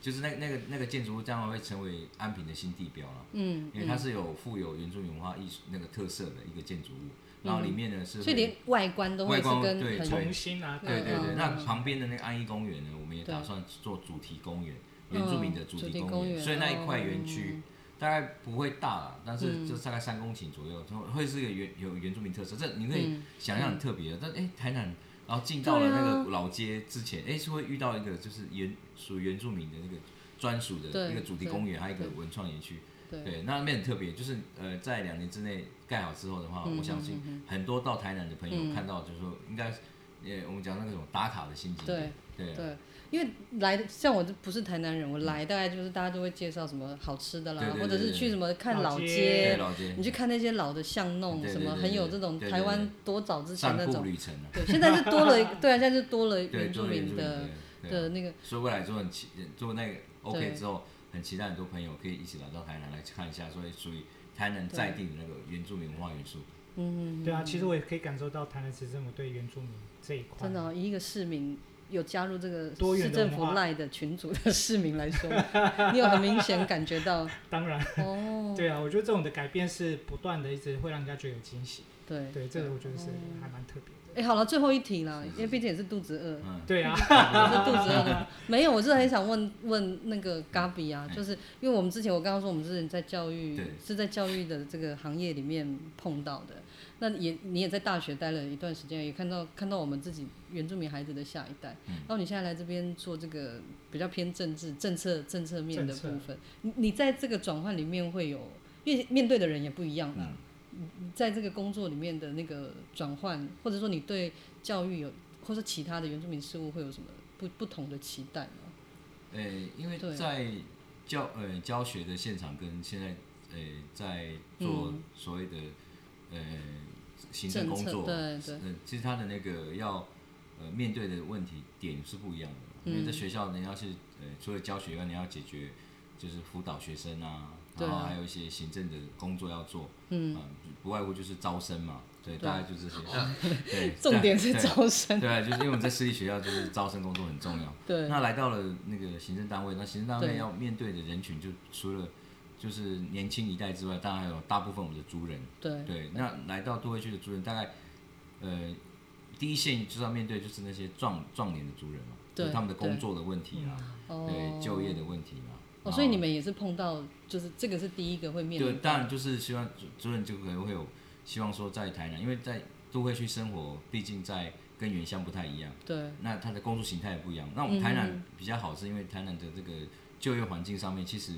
[SPEAKER 3] 就是那那个那个建筑物将来会成为安平的新地标了。
[SPEAKER 2] 嗯，
[SPEAKER 3] 因为它是有富有原住民文化艺术那个特色的一个建筑物，然后里面呢是
[SPEAKER 2] 嗯
[SPEAKER 3] 会，
[SPEAKER 2] 所以连外观都会是
[SPEAKER 3] 外观
[SPEAKER 2] 跟
[SPEAKER 3] 对
[SPEAKER 2] 很
[SPEAKER 1] 重新啊，
[SPEAKER 3] 对对
[SPEAKER 2] 嗯
[SPEAKER 3] 对，
[SPEAKER 2] 嗯
[SPEAKER 3] 那旁边的那个安逸公园呢，我们也
[SPEAKER 2] 对
[SPEAKER 3] 打算做主题公园，原住民的主
[SPEAKER 2] 嗯主题
[SPEAKER 3] 题
[SPEAKER 2] 公
[SPEAKER 3] 公
[SPEAKER 2] 园哦
[SPEAKER 3] 园，所以那一块园区大概不会大了，但
[SPEAKER 2] 嗯
[SPEAKER 3] 是就大概三公顷左右，就会是一个原有原住民特色，这
[SPEAKER 2] 嗯
[SPEAKER 3] 你可以想象很特别的。但哎，台南。然后进到
[SPEAKER 2] 对
[SPEAKER 3] 了
[SPEAKER 2] 啊
[SPEAKER 3] 那个老街之前，哎、是会遇到一个就是原属于原住民的那个专属的
[SPEAKER 2] 对
[SPEAKER 3] 一个主题
[SPEAKER 2] 对
[SPEAKER 3] 公园，还有一个
[SPEAKER 2] 对
[SPEAKER 3] 文创园区。
[SPEAKER 2] 对，
[SPEAKER 3] 对，那那边很特别，就是呃，在两年之内盖好之后的话，
[SPEAKER 2] 嗯
[SPEAKER 3] 我相信很多到台南的朋友看到，就是说应该是，呃，我们讲那种打卡的心情，
[SPEAKER 2] 对
[SPEAKER 3] 对啊
[SPEAKER 2] 对，因为来的像我这不是台南人，我来大概就是大家就会介绍什么好吃的啦，
[SPEAKER 3] 对对对
[SPEAKER 2] 或者是
[SPEAKER 3] 对
[SPEAKER 2] 去什么看老
[SPEAKER 1] 老街
[SPEAKER 3] 对
[SPEAKER 2] 街，
[SPEAKER 3] 老街
[SPEAKER 2] 你去看那些老的巷弄，
[SPEAKER 3] 对对
[SPEAKER 2] 什么
[SPEAKER 3] 对
[SPEAKER 2] 很有
[SPEAKER 3] 对
[SPEAKER 2] 这种
[SPEAKER 3] 对对
[SPEAKER 2] 台湾
[SPEAKER 3] 对
[SPEAKER 2] 多早之前
[SPEAKER 3] 散
[SPEAKER 2] 那
[SPEAKER 3] 步
[SPEAKER 2] 种。
[SPEAKER 3] 旅程啊，
[SPEAKER 2] 对，现在是多
[SPEAKER 3] *laughs*
[SPEAKER 2] 了一，对啊，现在是多了
[SPEAKER 3] 对，
[SPEAKER 2] 原住
[SPEAKER 3] 做原
[SPEAKER 2] 民
[SPEAKER 3] 住民
[SPEAKER 2] 的
[SPEAKER 3] 对对啊
[SPEAKER 2] 的那个，嗯
[SPEAKER 3] 所以未来就很期，做那个
[SPEAKER 2] 对
[SPEAKER 3] OK 之后，很期待很多朋友可以一起来到台南来看一下，所以属于。台南在地的那个原住民文化元素。
[SPEAKER 2] 嗯，
[SPEAKER 1] 对啊，其实我也可以感受到台南市政府对原住民这一块，
[SPEAKER 2] 真的、哦，以一个市民有加入这个
[SPEAKER 1] 多元
[SPEAKER 2] 市
[SPEAKER 1] 的
[SPEAKER 2] 政府
[SPEAKER 1] 文化
[SPEAKER 2] 赖的群组的市民来说，你有很明显感觉到
[SPEAKER 1] 当然，
[SPEAKER 2] 哦，
[SPEAKER 1] *laughs* 对啊，我觉得这种的改变是不断的，一直会让人家觉得有惊喜。
[SPEAKER 2] 对
[SPEAKER 1] 对，这个我觉得是
[SPEAKER 2] 哦
[SPEAKER 1] 还蛮特别的。
[SPEAKER 2] 哎、好了，最后一题啦，因为毕竟也是肚子饿。
[SPEAKER 3] 嗯，
[SPEAKER 1] 对啊，
[SPEAKER 2] 我 *laughs* 是肚子饿了，没有，我是很想问问那个嘎比啊，就是因为我们之前我刚刚说我们之前在教育
[SPEAKER 3] 对
[SPEAKER 2] 是在教育的这个行业里面碰到的，那也你也在大学待了一段时间，也看到看到我们自己原住民孩子的下一代，
[SPEAKER 3] 嗯
[SPEAKER 2] 然哦后你现在来这边做这个比较偏政治政策政策面的
[SPEAKER 1] 政策
[SPEAKER 2] 部分，你你在这个转换里面会有，因为面对的人也不一样嘛，
[SPEAKER 3] 嗯
[SPEAKER 2] 你在这个工作里面的那个转换，或者说你对教育有，或者其他的原住民事务会有什么不不同的期待吗？
[SPEAKER 3] 呃，因为
[SPEAKER 2] 对
[SPEAKER 3] 在教呃教学的现场跟现在呃在做
[SPEAKER 2] 嗯
[SPEAKER 3] 所谓的呃行政工作，
[SPEAKER 2] 政策对
[SPEAKER 3] 呃，其实他的那个要呃面对的问题点是不一样的，
[SPEAKER 2] 嗯
[SPEAKER 3] 因为在学校你要是呃除了教学以外，你要解决就是辅导学生啊，
[SPEAKER 2] 对
[SPEAKER 3] 然
[SPEAKER 2] 啊
[SPEAKER 3] 后还有一些行政的工作要做，
[SPEAKER 2] 嗯
[SPEAKER 3] 啊，不外乎就是招生嘛，对，
[SPEAKER 2] 对啊
[SPEAKER 3] 大概就是这
[SPEAKER 2] *laughs*
[SPEAKER 3] 些，对，
[SPEAKER 2] 重点是
[SPEAKER 3] 对
[SPEAKER 2] 招
[SPEAKER 3] *laughs*
[SPEAKER 2] 生，
[SPEAKER 3] 对啊，就是因为我们在私立学校，就是招生工作很重要。
[SPEAKER 2] 对
[SPEAKER 3] 那来到了那个行政单位，那行政单位
[SPEAKER 2] 对
[SPEAKER 3] 要面对的人群，就除了就是年轻一代之外，当然还有大部分我们的族人。
[SPEAKER 2] 对
[SPEAKER 3] 对，那来到都会区的族人，大概呃第一线就是要面对就是那些壮壮年的族人嘛，
[SPEAKER 2] 对
[SPEAKER 3] 就是他们的
[SPEAKER 2] 对
[SPEAKER 3] 工作的问题啊，
[SPEAKER 2] 哦
[SPEAKER 3] 对，就业的问题啊。
[SPEAKER 2] 哦，
[SPEAKER 3] 然后
[SPEAKER 2] 所以你们也是碰到，就是这个是第一个会面
[SPEAKER 3] 对，
[SPEAKER 2] 临
[SPEAKER 3] 当然就是希望主主任就可能会有希望说在台南，因为在都会区生活，毕竟在跟原乡不太一样。
[SPEAKER 2] 对
[SPEAKER 3] 那它的工作形态也不一样。那我们台
[SPEAKER 2] 嗯
[SPEAKER 3] 南比较好，是因为台南的这个就业环境上面，其实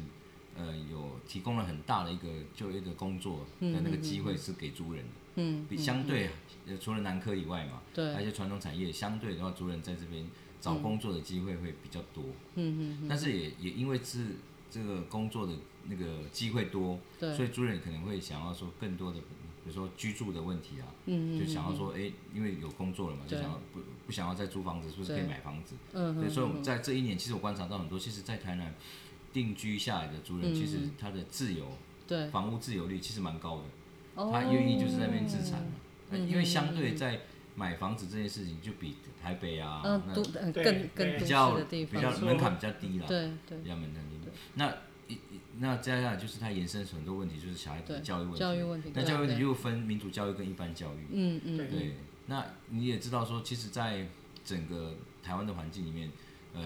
[SPEAKER 3] 呃有提供了很大的一个就业的工作的那个机会是给族人的，
[SPEAKER 2] 嗯
[SPEAKER 3] 比相对呃除了南科以外嘛，
[SPEAKER 2] 对嗯
[SPEAKER 3] 而且传统产业相对的话，族人在这边找工作的机会会比较多。
[SPEAKER 2] 嗯嗯
[SPEAKER 3] 但是也也因为是这个工作的那个机会多，
[SPEAKER 2] 对
[SPEAKER 3] 所以族人可能会想要说更多的，比如说居住的问题啊，
[SPEAKER 2] 嗯
[SPEAKER 3] 就想要说，哎、因为有工作了嘛，就
[SPEAKER 2] 对
[SPEAKER 3] 想要不不想要再租房子，是不是可以
[SPEAKER 2] 对
[SPEAKER 3] 买房子？
[SPEAKER 2] 嗯
[SPEAKER 3] 对，
[SPEAKER 2] 嗯
[SPEAKER 3] 所以我们在这一年，其实我观察到很多，其实，在台南定居下来的族人，其实他的自由
[SPEAKER 2] 嗯对
[SPEAKER 3] 房屋自由率其实蛮高的，
[SPEAKER 2] 哦，
[SPEAKER 3] 他愿意就是在那边自产嘛，那
[SPEAKER 2] 嗯
[SPEAKER 3] 因为相对在买房子这件事情，就比台北啊，
[SPEAKER 2] 嗯
[SPEAKER 3] 那
[SPEAKER 2] 都呃
[SPEAKER 1] 对
[SPEAKER 2] 更
[SPEAKER 1] 对
[SPEAKER 2] 更
[SPEAKER 3] 比
[SPEAKER 2] 都市
[SPEAKER 3] 较
[SPEAKER 2] 的地
[SPEAKER 3] 比
[SPEAKER 2] 方
[SPEAKER 3] 较
[SPEAKER 1] 没错
[SPEAKER 3] 门槛比较低啦，
[SPEAKER 2] 对对
[SPEAKER 3] 比较门槛低。那一一那接下来就是它延伸出很多问题，就是小孩子的
[SPEAKER 2] 对
[SPEAKER 3] 教育问题，
[SPEAKER 2] 教育问题
[SPEAKER 3] 那
[SPEAKER 2] 对
[SPEAKER 3] 教育问题
[SPEAKER 2] 对
[SPEAKER 3] 又分民主教育跟一般教育，
[SPEAKER 2] 嗯嗯
[SPEAKER 1] 对
[SPEAKER 3] 对，那你也知道说，其实，在整个台湾的环境里面，呃，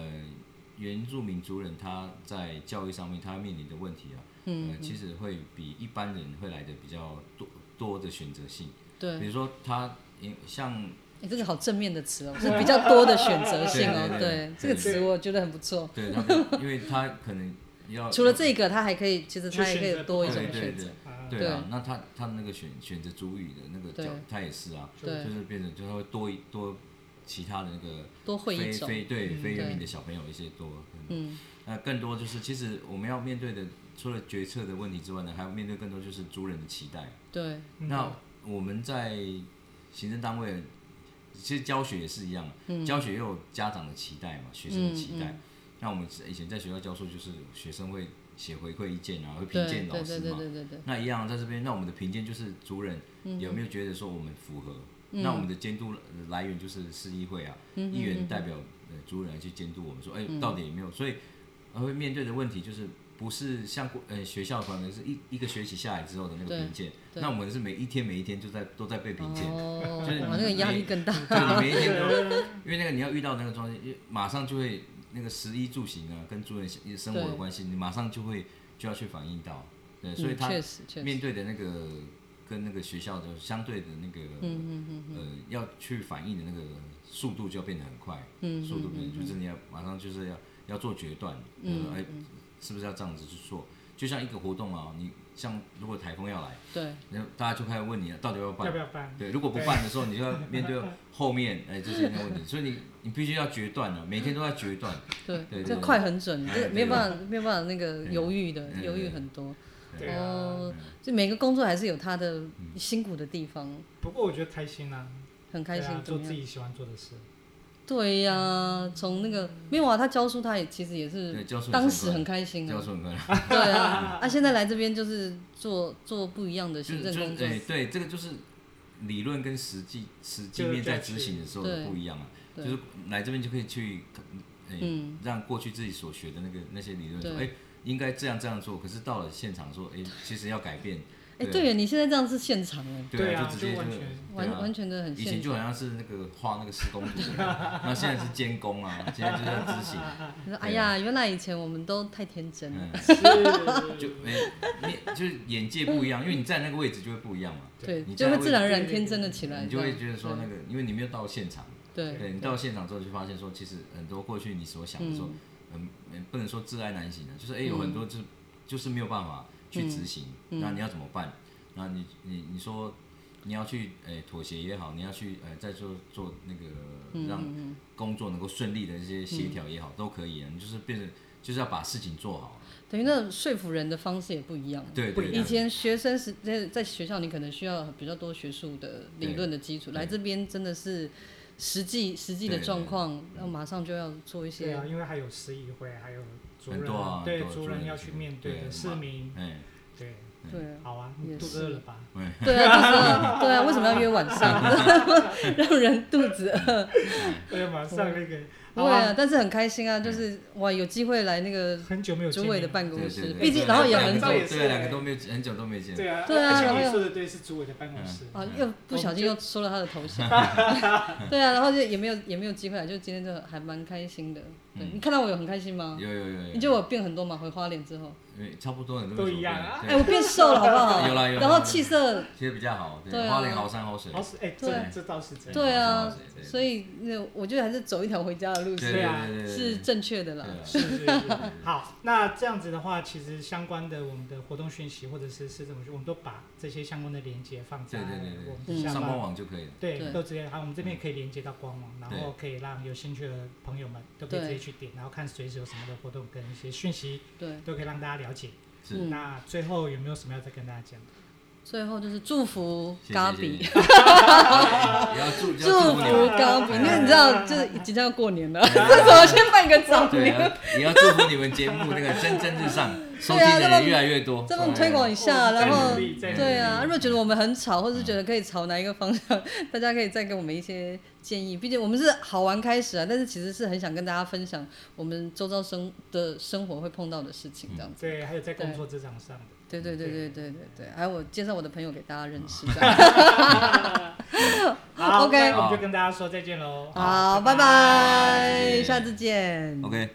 [SPEAKER 3] 原住民族人他在教育上面他面临的问题啊，
[SPEAKER 2] 嗯
[SPEAKER 3] 呃，其实会比一般人会来的比较多多的选择性，比
[SPEAKER 2] 对，
[SPEAKER 3] 如说他因像
[SPEAKER 2] 哎这个好正面的词哦，是比较多的选择性哦，
[SPEAKER 3] 对对
[SPEAKER 2] 对
[SPEAKER 3] 对
[SPEAKER 2] 这个词我觉得很不错。
[SPEAKER 3] 对他们，因为他可能要
[SPEAKER 2] 哦除了这个，他还可以，其实他还可以多一种
[SPEAKER 3] 哦对对
[SPEAKER 2] 选
[SPEAKER 3] 对
[SPEAKER 2] 择。
[SPEAKER 1] 啊，
[SPEAKER 3] 对啊，那他他那个选选择主语的那个
[SPEAKER 2] 对
[SPEAKER 3] 教，他也是啊，
[SPEAKER 2] 对
[SPEAKER 3] 就是变成就是会多一多其他的那个
[SPEAKER 2] 多会一
[SPEAKER 3] 非
[SPEAKER 2] 种
[SPEAKER 3] 非对非原
[SPEAKER 2] 对
[SPEAKER 3] 民的小朋友一些多，
[SPEAKER 2] 嗯，
[SPEAKER 3] 那更多就是，其实我们要面对的，除了决策的问题之外呢，还要面对更多就是族人的期待。
[SPEAKER 2] 对，
[SPEAKER 1] 嗯
[SPEAKER 3] 那我们在行政单位，其实教学也是一样，
[SPEAKER 2] 嗯
[SPEAKER 3] 教学也有家长的期待嘛，学生的期待。那我们以前在学校教授，就是学生会写回馈意见啊，会评
[SPEAKER 2] 对，
[SPEAKER 3] 鉴老
[SPEAKER 2] 对，
[SPEAKER 3] 师
[SPEAKER 2] 对，
[SPEAKER 3] 嘛
[SPEAKER 2] 对，。嗯对，对，对，
[SPEAKER 3] 那一样在这边，那我们的评鉴就是族人有没有觉得说我们符合？
[SPEAKER 2] 嗯
[SPEAKER 3] 那我们的监督来源就是市议会啊，议
[SPEAKER 2] 嗯
[SPEAKER 3] 员代表呃族人来去监督我们说，哎、到底有没有？所以呃会面对的问题就是不是像过呃学校可能是一一个学期下来之后的那个
[SPEAKER 2] 对
[SPEAKER 3] 评鉴，
[SPEAKER 2] 对
[SPEAKER 3] 那我们是每一天每一天就在都在被评鉴，
[SPEAKER 2] 哦，
[SPEAKER 3] 就是你
[SPEAKER 2] 哇，那个压力更大。
[SPEAKER 3] *laughs* 就你每一天都，
[SPEAKER 2] *laughs*
[SPEAKER 3] 因为那个你要遇到那个状况，因为马上就会那个食衣住行啊，跟族人生活
[SPEAKER 2] 对
[SPEAKER 3] 有关系，你马上就会就要去反映到，对，所以
[SPEAKER 2] 嗯
[SPEAKER 3] 他
[SPEAKER 2] 确实，确实，
[SPEAKER 3] 面对的那个跟那个学校的相对的那个，
[SPEAKER 2] 嗯
[SPEAKER 3] 呃，要去反应的那个速度就要变得很快，
[SPEAKER 2] 嗯嗯
[SPEAKER 3] 速度变得就是你要马上就是要要做决断，呃，哎，是不是要这样子去做？就像一个活动啊，你像如果台风要来，
[SPEAKER 2] 嗯对，
[SPEAKER 3] 那大家就开始问你到底要不要
[SPEAKER 1] 要
[SPEAKER 3] 办
[SPEAKER 1] 不？要办？
[SPEAKER 3] 对，如果不
[SPEAKER 1] 对
[SPEAKER 3] 办的时候，你就要面对后面哎这些那个问题，所以你你必须要决断了，每天都要决断。
[SPEAKER 2] 对，
[SPEAKER 3] 对
[SPEAKER 2] 这
[SPEAKER 3] 对
[SPEAKER 2] 快很准，
[SPEAKER 3] 哎
[SPEAKER 2] 这
[SPEAKER 3] 对
[SPEAKER 2] 没有办法，没有办法那个
[SPEAKER 3] 对
[SPEAKER 2] 犹豫的，
[SPEAKER 3] 对
[SPEAKER 2] 犹豫
[SPEAKER 3] 对嗯
[SPEAKER 2] 很多。
[SPEAKER 1] 对
[SPEAKER 2] 哦
[SPEAKER 1] 啊，
[SPEAKER 2] 就每个工作还是有他的辛苦的地方，
[SPEAKER 1] 不过我觉得开心啊，
[SPEAKER 2] 很开
[SPEAKER 1] 对
[SPEAKER 2] 心
[SPEAKER 1] 啊，
[SPEAKER 2] 怎
[SPEAKER 1] 做
[SPEAKER 2] 么
[SPEAKER 1] 自
[SPEAKER 2] 样？
[SPEAKER 1] 己喜欢做的事，
[SPEAKER 2] 对呀、从那个没有啊，他教书他也其实也
[SPEAKER 3] 对
[SPEAKER 2] 是
[SPEAKER 3] 教书
[SPEAKER 2] 当
[SPEAKER 3] 很
[SPEAKER 2] 时很开心
[SPEAKER 3] 教
[SPEAKER 2] 啊，
[SPEAKER 3] 授很快乐。
[SPEAKER 2] *laughs* 对啊，啊现在来这边就是做做不一样的
[SPEAKER 3] 就
[SPEAKER 2] 行
[SPEAKER 3] 是
[SPEAKER 2] 政
[SPEAKER 3] 就是
[SPEAKER 2] 工作，
[SPEAKER 3] 哎对，这个就是理论跟实际实际
[SPEAKER 1] 就是
[SPEAKER 3] 面在
[SPEAKER 1] 在
[SPEAKER 3] 执
[SPEAKER 1] 去
[SPEAKER 3] 行的时候
[SPEAKER 2] 对
[SPEAKER 3] 不一样啊。就
[SPEAKER 2] 对
[SPEAKER 3] 是来这边就可以去，哎
[SPEAKER 2] 嗯
[SPEAKER 3] 让过去自己所学的那个那些理论说，
[SPEAKER 2] 对
[SPEAKER 3] 哎、应该这样这样做。可是到了现场说，哎、其实要改变。
[SPEAKER 2] 哎、
[SPEAKER 3] 对
[SPEAKER 2] 对耶，你现在这样是现场哎，
[SPEAKER 1] 对
[SPEAKER 3] 啊，
[SPEAKER 1] 啊
[SPEAKER 3] 就直接
[SPEAKER 1] 就
[SPEAKER 3] 就
[SPEAKER 1] 完全
[SPEAKER 2] 完、
[SPEAKER 3] 对啊
[SPEAKER 2] 完全的很
[SPEAKER 3] 以
[SPEAKER 2] 现
[SPEAKER 3] 前就
[SPEAKER 2] 场。
[SPEAKER 3] 好像是那个画那个施工图的，然后现在是监工啊，现在就是要执
[SPEAKER 2] *laughs*
[SPEAKER 3] 行。
[SPEAKER 2] 你说哎呀，原来以前我们都太天真了，
[SPEAKER 3] 啊嗯，
[SPEAKER 1] *laughs* 是，
[SPEAKER 3] 就哎、你就是眼界不一样，因为你在那个位置就会不一样嘛。
[SPEAKER 2] 对
[SPEAKER 3] 你，
[SPEAKER 2] 就
[SPEAKER 3] 这样
[SPEAKER 2] 会
[SPEAKER 3] 会
[SPEAKER 2] 自然而然天真了起来，
[SPEAKER 3] 你就会
[SPEAKER 2] 这样
[SPEAKER 3] 觉得说那个，因为你没有到现场，
[SPEAKER 2] 对
[SPEAKER 3] 对你到现场之后就发现说，其实很多过去你所想的说，嗯，嗯不能说挚爱难行的，就是哎、
[SPEAKER 2] 嗯
[SPEAKER 3] 有很多就是就是没有办法去执行，那你要怎么办？那你你你说你要去哎、妥协也好，你要去哎、再做做那
[SPEAKER 2] 嗯
[SPEAKER 3] 个让工作能够顺利的一些协调也好，都可以啊，你就是变成就是要把事情做好，
[SPEAKER 2] 等于那种说服人的方式也嗯不一样。
[SPEAKER 3] 对
[SPEAKER 1] 不
[SPEAKER 3] 对啊
[SPEAKER 1] 一
[SPEAKER 2] 以
[SPEAKER 3] 对。
[SPEAKER 2] 前学生时在在学校，你可能需要比较多学术的理论的基础，
[SPEAKER 3] 对
[SPEAKER 2] 来这边真的是实际实际的
[SPEAKER 3] 对对
[SPEAKER 2] 状况，然后马上就要做一
[SPEAKER 1] 对
[SPEAKER 2] 些
[SPEAKER 1] 啊，因为还有市议会，还有族
[SPEAKER 3] 很
[SPEAKER 1] 人，
[SPEAKER 3] 多啊
[SPEAKER 1] 对
[SPEAKER 3] 很多
[SPEAKER 1] 族
[SPEAKER 3] 族
[SPEAKER 1] 人
[SPEAKER 3] 人
[SPEAKER 1] 要
[SPEAKER 3] 去
[SPEAKER 1] 去
[SPEAKER 3] 面
[SPEAKER 1] 面对
[SPEAKER 3] 对
[SPEAKER 1] 的
[SPEAKER 3] 嘛
[SPEAKER 1] 市民，
[SPEAKER 3] 哎，
[SPEAKER 1] 对，
[SPEAKER 2] 对啊
[SPEAKER 1] 好啊，你
[SPEAKER 2] 也
[SPEAKER 1] 肚子
[SPEAKER 2] 是
[SPEAKER 1] 饿了吧？
[SPEAKER 2] 对啊，就是对啊，为什么要约晚
[SPEAKER 3] *laughs*
[SPEAKER 2] 上？让人肚子饿。
[SPEAKER 1] *laughs* 对，马上那个，
[SPEAKER 2] 不
[SPEAKER 1] 好
[SPEAKER 2] 会
[SPEAKER 1] 啊，
[SPEAKER 2] 啊，但是很开心啊，就是哇，有机会来那个
[SPEAKER 1] 很久没有见
[SPEAKER 2] 主委
[SPEAKER 1] 面
[SPEAKER 2] 的
[SPEAKER 1] 了，
[SPEAKER 2] 办
[SPEAKER 3] 对
[SPEAKER 2] 公
[SPEAKER 3] 对
[SPEAKER 2] 室，
[SPEAKER 3] 对
[SPEAKER 2] 毕竟然后也
[SPEAKER 3] 两
[SPEAKER 2] 很
[SPEAKER 3] 个
[SPEAKER 1] 这
[SPEAKER 2] 久
[SPEAKER 1] 样
[SPEAKER 3] 都
[SPEAKER 1] 子
[SPEAKER 3] 对两个都没有很久都没见，
[SPEAKER 1] 对啊，
[SPEAKER 2] 对啊
[SPEAKER 1] 而
[SPEAKER 2] 然
[SPEAKER 1] 且
[SPEAKER 2] 后
[SPEAKER 1] 你
[SPEAKER 2] 又
[SPEAKER 1] 说的对，是主委的办公室，
[SPEAKER 3] 嗯
[SPEAKER 2] 啊，又不小心又说了他的头衔。
[SPEAKER 3] *laughs*
[SPEAKER 2] 对啊，然后就也没有也没有机会啊，就今天就还蛮开心的。对
[SPEAKER 3] 嗯
[SPEAKER 2] 你看到我有很开心吗？
[SPEAKER 3] 有有有有，
[SPEAKER 2] 你觉得我变很多吗？回花莲之后，
[SPEAKER 3] 对差不多很多
[SPEAKER 1] 都一样啊
[SPEAKER 2] 哎，我变瘦了，好不好？
[SPEAKER 3] 有啦有啦
[SPEAKER 2] 然后气色，
[SPEAKER 3] 其实比较好，
[SPEAKER 2] 对
[SPEAKER 3] 对，
[SPEAKER 2] 啊
[SPEAKER 3] 花莲好山好水
[SPEAKER 1] 然，后是哎，
[SPEAKER 2] 对
[SPEAKER 1] 这这倒是真的，
[SPEAKER 2] 对啊
[SPEAKER 3] 好山好水，对
[SPEAKER 2] 所以那我觉得还是走一条回家的路
[SPEAKER 3] 对
[SPEAKER 2] 是
[SPEAKER 1] 对
[SPEAKER 3] 对
[SPEAKER 1] 啊
[SPEAKER 3] 对对对，
[SPEAKER 2] 是正确的啦。
[SPEAKER 1] 是是是。好，那这样子的话，其实相关的我们的活动讯息或者是市政府讯，我们都把这些相关的连接放在
[SPEAKER 3] 对对对对
[SPEAKER 1] 我们
[SPEAKER 3] 对
[SPEAKER 1] 的下
[SPEAKER 3] 上官
[SPEAKER 1] 方。
[SPEAKER 3] 网嗯就可以了。
[SPEAKER 1] 对，
[SPEAKER 2] 对
[SPEAKER 1] 都直接，好，我们这边也可以连接到官网，然后可以让有兴趣的朋友们都可以直
[SPEAKER 2] 对
[SPEAKER 1] 接去点，然后看随时有什么的活动跟一些讯息，
[SPEAKER 2] 对，
[SPEAKER 1] 都可以让大家了解。
[SPEAKER 3] 是，
[SPEAKER 2] 嗯
[SPEAKER 1] 那最后有没有什么要再跟大家讲？
[SPEAKER 2] 最后就是祝福
[SPEAKER 3] 谢谢
[SPEAKER 2] 嘎
[SPEAKER 3] 谢谢
[SPEAKER 2] 比，
[SPEAKER 3] 也要祝
[SPEAKER 2] 祝
[SPEAKER 3] 要祝
[SPEAKER 2] 福
[SPEAKER 3] 你们，
[SPEAKER 2] 高比，因为你知道，就是即将要过年了，为 *laughs*
[SPEAKER 3] 对啊
[SPEAKER 2] 什么先办个早
[SPEAKER 3] 对，也啊
[SPEAKER 2] 年？
[SPEAKER 3] 要也要祝福你们节目那个蒸蒸日上，收听的人越来越多，
[SPEAKER 2] 这帮我们推广一下，
[SPEAKER 1] 哦
[SPEAKER 2] 然后
[SPEAKER 1] 再努力再努力
[SPEAKER 2] 对啊，如果觉得我们很吵，或是觉得可以朝哪一个方向，大家可以再给我们一些建议。毕竟我们是好玩开始啊，但是其实是很想跟大家分享我们周遭生的生活会碰到的事情，这样子。
[SPEAKER 1] 对，还有在工作职场上的，
[SPEAKER 2] 对对对对对对对，还有我介绍我的朋友给大家认识，这样。
[SPEAKER 1] 好
[SPEAKER 2] OK
[SPEAKER 1] 那我们就跟大家说再见喽。
[SPEAKER 2] 好，拜
[SPEAKER 1] 拜
[SPEAKER 2] 拜
[SPEAKER 3] 谢，谢
[SPEAKER 2] 下次见。
[SPEAKER 3] OK。